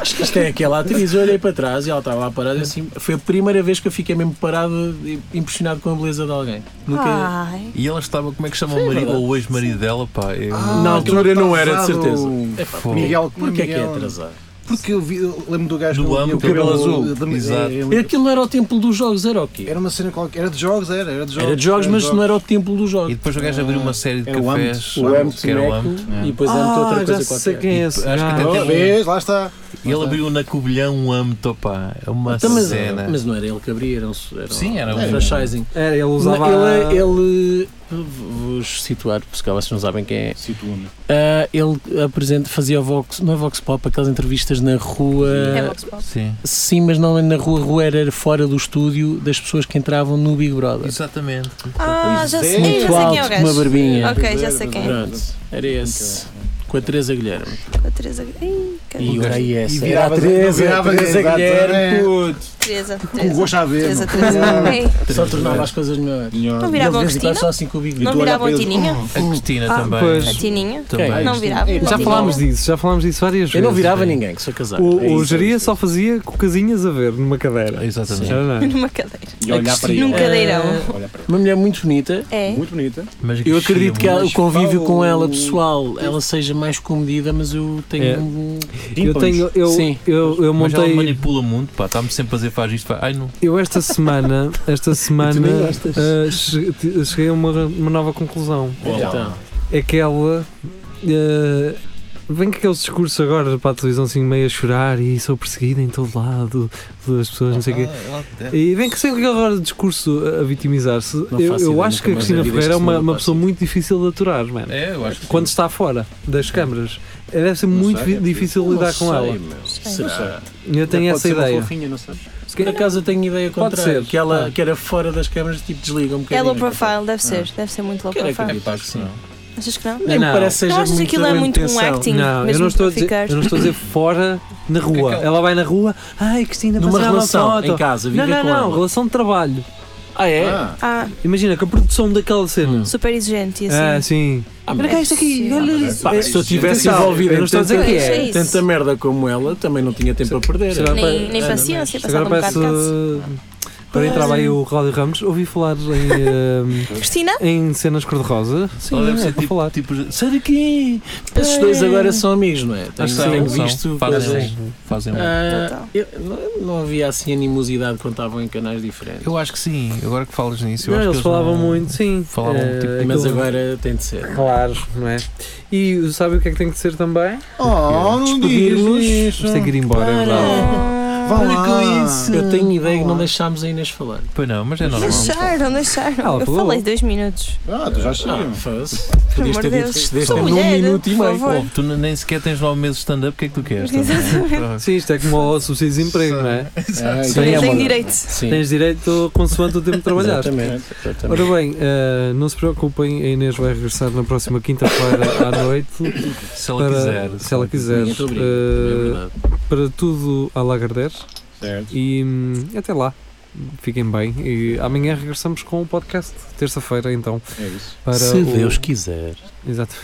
Speaker 3: Acho que isto é aquela atriz. Eu olhei para trás e ela estava lá parada. Assim, foi a primeira vez que eu fiquei mesmo parado e impressionado com a beleza de alguém. Nunca.
Speaker 4: Ai.
Speaker 5: E ela estava, como é que chama o marido, ou o ex-marido dela, pá? É um-
Speaker 3: na altura
Speaker 6: então
Speaker 3: não era, de certeza.
Speaker 6: É,
Speaker 5: Fogo.
Speaker 6: Ah, Miguel,
Speaker 3: Porquê é que é
Speaker 6: Miguel-
Speaker 3: atrasar?
Speaker 6: Porque eu, vi, eu lembro do gajo
Speaker 5: Do
Speaker 6: com
Speaker 5: amo,
Speaker 6: o
Speaker 5: cabelo
Speaker 6: cabelo
Speaker 5: azul.
Speaker 6: de-
Speaker 5: Exato.
Speaker 6: é- é-
Speaker 3: Aquilo não era o templo dos jogos, era o quê?
Speaker 6: Era uma cena qualquer. Era de jogos, era. Era de jogos.
Speaker 3: Era de jogos, mas não era o templo dos
Speaker 5: E
Speaker 3: jogos. é
Speaker 5: depois o gajo abriu uma série de
Speaker 6: Era o
Speaker 5: cafés,
Speaker 6: Âmbito. O Âmbito
Speaker 5: que era o Âmbito.
Speaker 3: E depois há
Speaker 2: Ah,
Speaker 3: muita outra coisa qualquer.
Speaker 5: é esse Acho que
Speaker 6: Oh,
Speaker 5: até teve
Speaker 6: Vês, lá está.
Speaker 5: um... Ele abriu na Covilhã um âmbito, pá. É uma
Speaker 3: Então, mas,
Speaker 5: cena.
Speaker 3: mas não era ele que abria, era um, era um-
Speaker 5: Sim, era um-
Speaker 3: franchising.
Speaker 2: Era, ele usava.
Speaker 3: Não, ele, é- ele- Vou-vos situar, porque se calhar vocês não sabem quem é.
Speaker 6: Situa-me.
Speaker 3: Ah, ele apresenta, fazia o Vox, não é Vox Pop, aquelas entrevistas na rua.
Speaker 4: É Vox Pop.
Speaker 5: Sim,
Speaker 3: Sim, mas não na rua, a rua era fora do estúdio das pessoas que entravam no Big Brother.
Speaker 5: exatamente.
Speaker 4: Ah, já sei, já sei
Speaker 3: Muito
Speaker 4: quem é
Speaker 3: alto,
Speaker 4: o
Speaker 3: com uma
Speaker 4: gajo.
Speaker 3: barbinha.
Speaker 4: Ok, já sei quem é.
Speaker 3: Pronto, era esse. Com a Teresa Guilherme.
Speaker 4: A Teresa. Ai,
Speaker 3: E
Speaker 4: caramba.
Speaker 3: olha aí essa.
Speaker 6: É, E
Speaker 3: Era a
Speaker 6: viravas-
Speaker 3: Teresa,
Speaker 6: viravas-
Speaker 3: Teresa Guilherme.
Speaker 6: exatamente.
Speaker 3: puto. <laughs>
Speaker 4: Teresa.
Speaker 6: Com
Speaker 4: Teresa.
Speaker 6: gosto a
Speaker 3: é
Speaker 6: ver.
Speaker 4: Teresa,
Speaker 6: mano.
Speaker 4: Teresa.
Speaker 6: Ah,
Speaker 4: Ei,
Speaker 3: Só tornava as coisas melhores.
Speaker 6: senhor.
Speaker 4: Não virava
Speaker 3: Ele
Speaker 4: a
Speaker 3: de vez em quando
Speaker 4: Cristina?
Speaker 3: só assim com o Big
Speaker 4: Não
Speaker 6: tu olhar
Speaker 4: virava
Speaker 6: para
Speaker 4: a
Speaker 6: eles,
Speaker 4: Tininha?
Speaker 5: A Cristina
Speaker 2: Ah,
Speaker 5: também.
Speaker 3: é
Speaker 2: pois.
Speaker 4: A Tininha?
Speaker 5: também.
Speaker 6: é
Speaker 3: Quem?
Speaker 4: Não virava.
Speaker 6: Ei, pá,
Speaker 2: Já
Speaker 4: Não.
Speaker 2: falámos disso, já falámos disso várias
Speaker 3: é Eu
Speaker 2: vezes.
Speaker 3: não virava ninguém, que sou casado.
Speaker 2: O,
Speaker 6: É isso,
Speaker 2: o
Speaker 6: é
Speaker 2: Jeria
Speaker 6: isso,
Speaker 2: só fazia cocasinhas a ver numa cadeira.
Speaker 5: Exatamente.
Speaker 2: Era, não
Speaker 3: Ah.
Speaker 2: é?
Speaker 4: Numa cadeira.
Speaker 6: E olhar para
Speaker 3: Cristina.
Speaker 6: ele.
Speaker 4: Num cadeirão.
Speaker 6: Olhar para ele.
Speaker 3: Eh, Uma mulher muito bonita.
Speaker 4: É.
Speaker 6: Muito bonita.
Speaker 5: Mas
Speaker 3: Eu acredito que
Speaker 5: ela...
Speaker 3: a- o convívio com ela,
Speaker 6: Mas,
Speaker 3: pessoal, ela seja mais comedida, mas eu tenho.
Speaker 2: É.
Speaker 3: um-
Speaker 2: Eu tenho, eu,
Speaker 3: Sim.
Speaker 2: eu, eu
Speaker 5: Mas ela
Speaker 2: montei,
Speaker 5: manipula muito, pá. Está-me sempre a fazer, faz isto, faz... Ai, não.
Speaker 2: eu esta semana,
Speaker 3: <laughs>
Speaker 2: esta semana ah, che- te- cheguei a uma, uma nova conclusão.
Speaker 3: Então,
Speaker 2: É que ela ah, vem com aqueles discursos agora para a televisão assim meio a chorar e sou perseguida em todo lado pelas pessoas, não sei o quê. E vem que sempre que agora discurso a vitimizar-se,
Speaker 3: Não
Speaker 2: eu,
Speaker 3: faço
Speaker 2: eu
Speaker 3: ideia,
Speaker 2: acho que a
Speaker 3: nunca mais
Speaker 2: Cristina
Speaker 3: na vida
Speaker 2: Ferreira é
Speaker 3: este
Speaker 2: uma,
Speaker 3: mundo
Speaker 2: uma
Speaker 3: passa.
Speaker 2: pessoa muito difícil de aturar, mano.
Speaker 5: É, eu acho que
Speaker 2: Quando está fora das câmaras, deve ser muito
Speaker 6: sei, é
Speaker 2: difícil lidar com
Speaker 3: não sei,
Speaker 2: ela.
Speaker 3: mas Será?
Speaker 2: Eu tenho essa ideia.
Speaker 6: Fofinha, não sei.
Speaker 2: Se
Speaker 3: Por
Speaker 2: calhar-
Speaker 3: acaso eu tenho ideia
Speaker 2: Pode
Speaker 3: contrária.
Speaker 2: ser.
Speaker 3: Que ela
Speaker 2: Ah.
Speaker 3: que era fora das câmaras, tipo, desliga um
Speaker 4: É
Speaker 3: bocadinho.
Speaker 4: low profile, deve ser. Deve ser muito low
Speaker 3: Ah. Quero
Speaker 5: É,
Speaker 4: profile.
Speaker 3: acreditar que sim.
Speaker 4: Achas que não?
Speaker 3: Nem me
Speaker 2: Não.
Speaker 3: parece que seja
Speaker 4: Não achas que
Speaker 3: muito
Speaker 4: aquilo é muito um
Speaker 3: intenção.
Speaker 4: acting?
Speaker 2: Não, eu
Speaker 4: mesmo
Speaker 2: não, estou a
Speaker 4: para
Speaker 2: dizer,
Speaker 4: ficar?
Speaker 2: eu não estou a dizer fora na rua.
Speaker 5: aquela-
Speaker 2: Ela vai na rua, ai Cristina,
Speaker 3: Numa
Speaker 2: passar uma
Speaker 3: relação,
Speaker 2: foto.
Speaker 3: em casa, viver
Speaker 2: Não, não,
Speaker 3: com
Speaker 2: não,
Speaker 3: ela.
Speaker 2: relação de trabalho.
Speaker 3: Ah, é?
Speaker 6: Ah,
Speaker 4: Ah,
Speaker 2: Imagina que a produção daquela cena.
Speaker 4: super exigente e
Speaker 2: Ah,
Speaker 4: assim.
Speaker 2: sim.
Speaker 3: Ah,
Speaker 2: Olha cá isto aqui, olha isso.
Speaker 3: Pá, se eu tivesse
Speaker 2: Atenção,
Speaker 3: envolvido
Speaker 2: eu não
Speaker 3: em
Speaker 2: estou a
Speaker 3: tanta,
Speaker 2: dizer que
Speaker 4: é.
Speaker 2: é.
Speaker 4: Isso.
Speaker 3: tanta merda como ela, também não tinha tempo a perder.
Speaker 2: Será-
Speaker 4: Nem, nem
Speaker 2: Ah,
Speaker 4: paciência,
Speaker 2: Isto Agora
Speaker 4: passava um bocado
Speaker 2: parece
Speaker 4: de casa.
Speaker 2: uh, Para entrar aí o Cláudio Ramos, ouvi falar em,
Speaker 3: <laughs>
Speaker 4: Cristina?
Speaker 2: eh, em cenas cor-de-rosa. Sim,
Speaker 9: Ou deve
Speaker 2: é,
Speaker 9: ser
Speaker 2: para falar.
Speaker 9: tipo, tipo sai daqui!
Speaker 3: Esses
Speaker 2: é?
Speaker 3: dois agora são amigos, não é? Tenho,
Speaker 5: São,
Speaker 3: tenho
Speaker 5: são.
Speaker 3: visto coisas.
Speaker 5: Fazem, fazem um-
Speaker 2: tá.
Speaker 3: Ah,
Speaker 4: Total.
Speaker 3: eu- não, não havia assim animosidade quando estavam em canais diferentes.
Speaker 5: Eu acho que sim, agora que falas nisso. eu
Speaker 2: Não,
Speaker 5: acho que
Speaker 2: eles falavam
Speaker 5: não-
Speaker 2: muito, sim.
Speaker 5: falavam,
Speaker 2: Eh,
Speaker 5: tipo,
Speaker 3: Mas
Speaker 2: aquilo-
Speaker 3: agora tem de ser.
Speaker 2: Claro, não é? E sabe o que é que tem que ser também?
Speaker 6: Oh, não digas
Speaker 2: Despedirmos.
Speaker 6: isso.
Speaker 2: Vamos ter que ir embora,
Speaker 4: Ah.
Speaker 2: é verdade.
Speaker 6: Vá lá.
Speaker 3: Eu tenho ideia que não
Speaker 6: Olá.
Speaker 3: deixámos a Inês falar.
Speaker 5: Pois não, mas é normal.
Speaker 4: Deixaram, deixaram.
Speaker 2: Ela
Speaker 4: eu
Speaker 2: falou.
Speaker 4: falei dois minutos.
Speaker 6: Ah, tu já chega.
Speaker 3: Ah, foda-se.
Speaker 4: Por
Speaker 3: Podias
Speaker 4: amor
Speaker 3: ter
Speaker 4: de
Speaker 3: dito
Speaker 4: Deus.
Speaker 3: isto desde
Speaker 4: Sou
Speaker 3: num
Speaker 4: mulher,
Speaker 3: minuto e
Speaker 4: por
Speaker 3: meio.
Speaker 4: favor.
Speaker 5: Oh, tu nem sequer tens 9 meses de stand-up, o que é que tu queres? tá?
Speaker 4: <laughs> Exatamente.
Speaker 2: Sim, isto é como o subsídio de emprego, não é?
Speaker 3: Ah,
Speaker 2: Sim,
Speaker 3: então
Speaker 2: é
Speaker 4: Eu tenho
Speaker 2: uma-
Speaker 4: direito.
Speaker 3: Sim.
Speaker 2: Tens direito consoante o tempo de trabalhar.
Speaker 3: Exatamente. exatamente.
Speaker 2: Ora bem, eh, não se preocupem, a Inês vai regressar na próxima quinta-feira à noite.
Speaker 5: Se ela quiser.
Speaker 2: Se ela quiser.
Speaker 3: Ninguém te obriga,
Speaker 2: Eh,
Speaker 3: é verdade.
Speaker 2: para tudo a Lagardère.
Speaker 6: Certo.
Speaker 2: E hum, até lá. Fiquem bem. E amanhã regressamos com o podcast. Terça-feira, então.
Speaker 6: É isso.
Speaker 2: Para
Speaker 3: Se
Speaker 2: o-
Speaker 3: Deus quiser.
Speaker 2: Exato.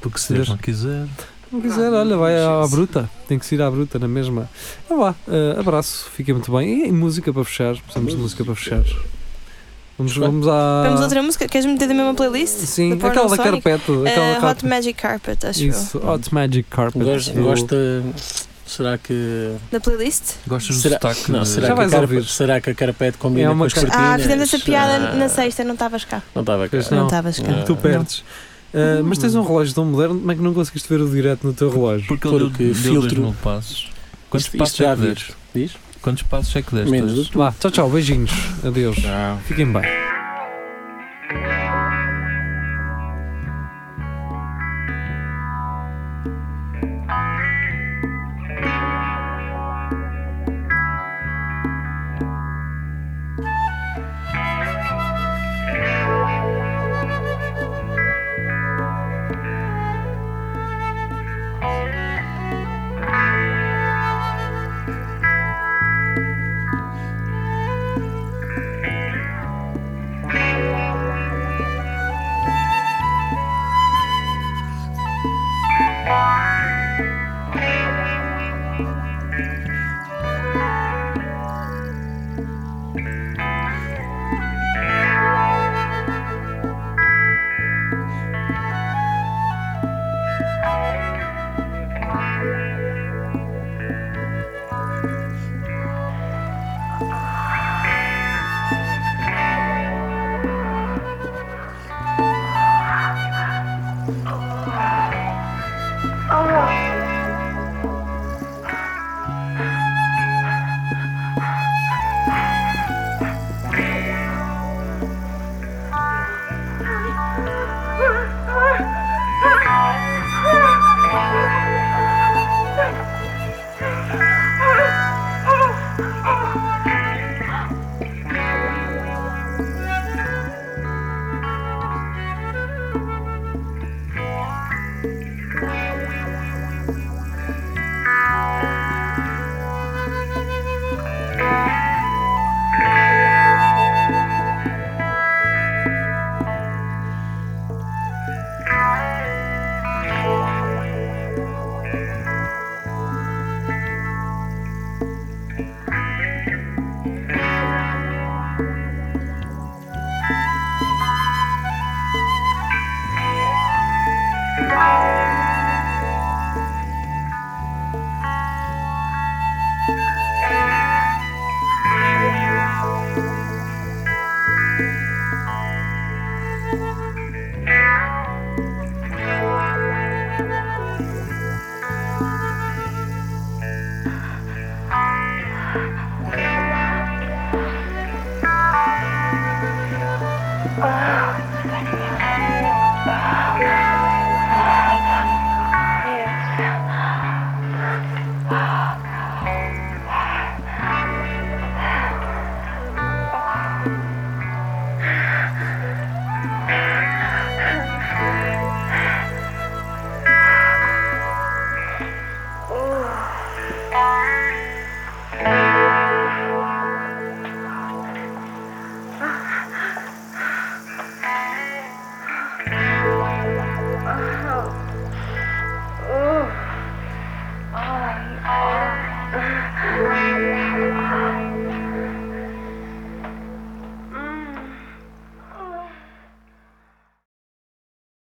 Speaker 5: Porque se Deus não quiser.
Speaker 2: Não quiser,
Speaker 4: Ah,
Speaker 2: olha, vai à, à bruta. Tem que se ir à bruta na mesma. Então vá, eh, abraço, fiquem muito bem. E, música para fechar. Precisamos de música para fechar. Vamos, vamos à.
Speaker 3: Ah.
Speaker 4: Vamos outra música? Queres meter da mesma playlist?
Speaker 2: Sim,
Speaker 4: da
Speaker 2: aquela da
Speaker 4: Porno Sonic?
Speaker 2: carpete. Aquela
Speaker 4: Eh,
Speaker 2: carpete.
Speaker 4: Hot Magic Carpet, acho
Speaker 2: Isso, Hot Magic Carpet.
Speaker 3: Gosto,
Speaker 2: Eu-
Speaker 3: gosta. Será que.
Speaker 4: eu. Da playlist?
Speaker 5: Gostas do
Speaker 3: Será,
Speaker 5: sotaque?
Speaker 3: não,
Speaker 5: de-
Speaker 3: será,
Speaker 2: Já
Speaker 3: que a
Speaker 2: vais
Speaker 3: carpa,
Speaker 2: ouvir.
Speaker 3: será que a carpete combina
Speaker 2: É uma
Speaker 3: com as
Speaker 2: ca-
Speaker 3: cortinas?
Speaker 4: Ah, fizemos essa piada
Speaker 3: Ah,
Speaker 4: na sexta, não estavas cá.
Speaker 3: Não estava cá.
Speaker 2: Pois não.
Speaker 4: Não estavas cá.
Speaker 3: Não.
Speaker 2: Tu perdes. Eh, mas tens um relógio tão moderno, como é que não conseguiste ver o direto no teu relógio?
Speaker 5: Porque ele deu,
Speaker 3: Porque
Speaker 5: deu
Speaker 3: filtro.
Speaker 5: dois mil passos. Quantos
Speaker 3: Isto- isto
Speaker 5: passos
Speaker 3: já
Speaker 5: é que
Speaker 3: vi.
Speaker 5: deste?
Speaker 3: Diz?
Speaker 5: Quantos passos é que deste?
Speaker 3: Menos do
Speaker 5: hoje?
Speaker 2: Vá, tchau, tchau, beijinhos. Adeus. Fiquem bem.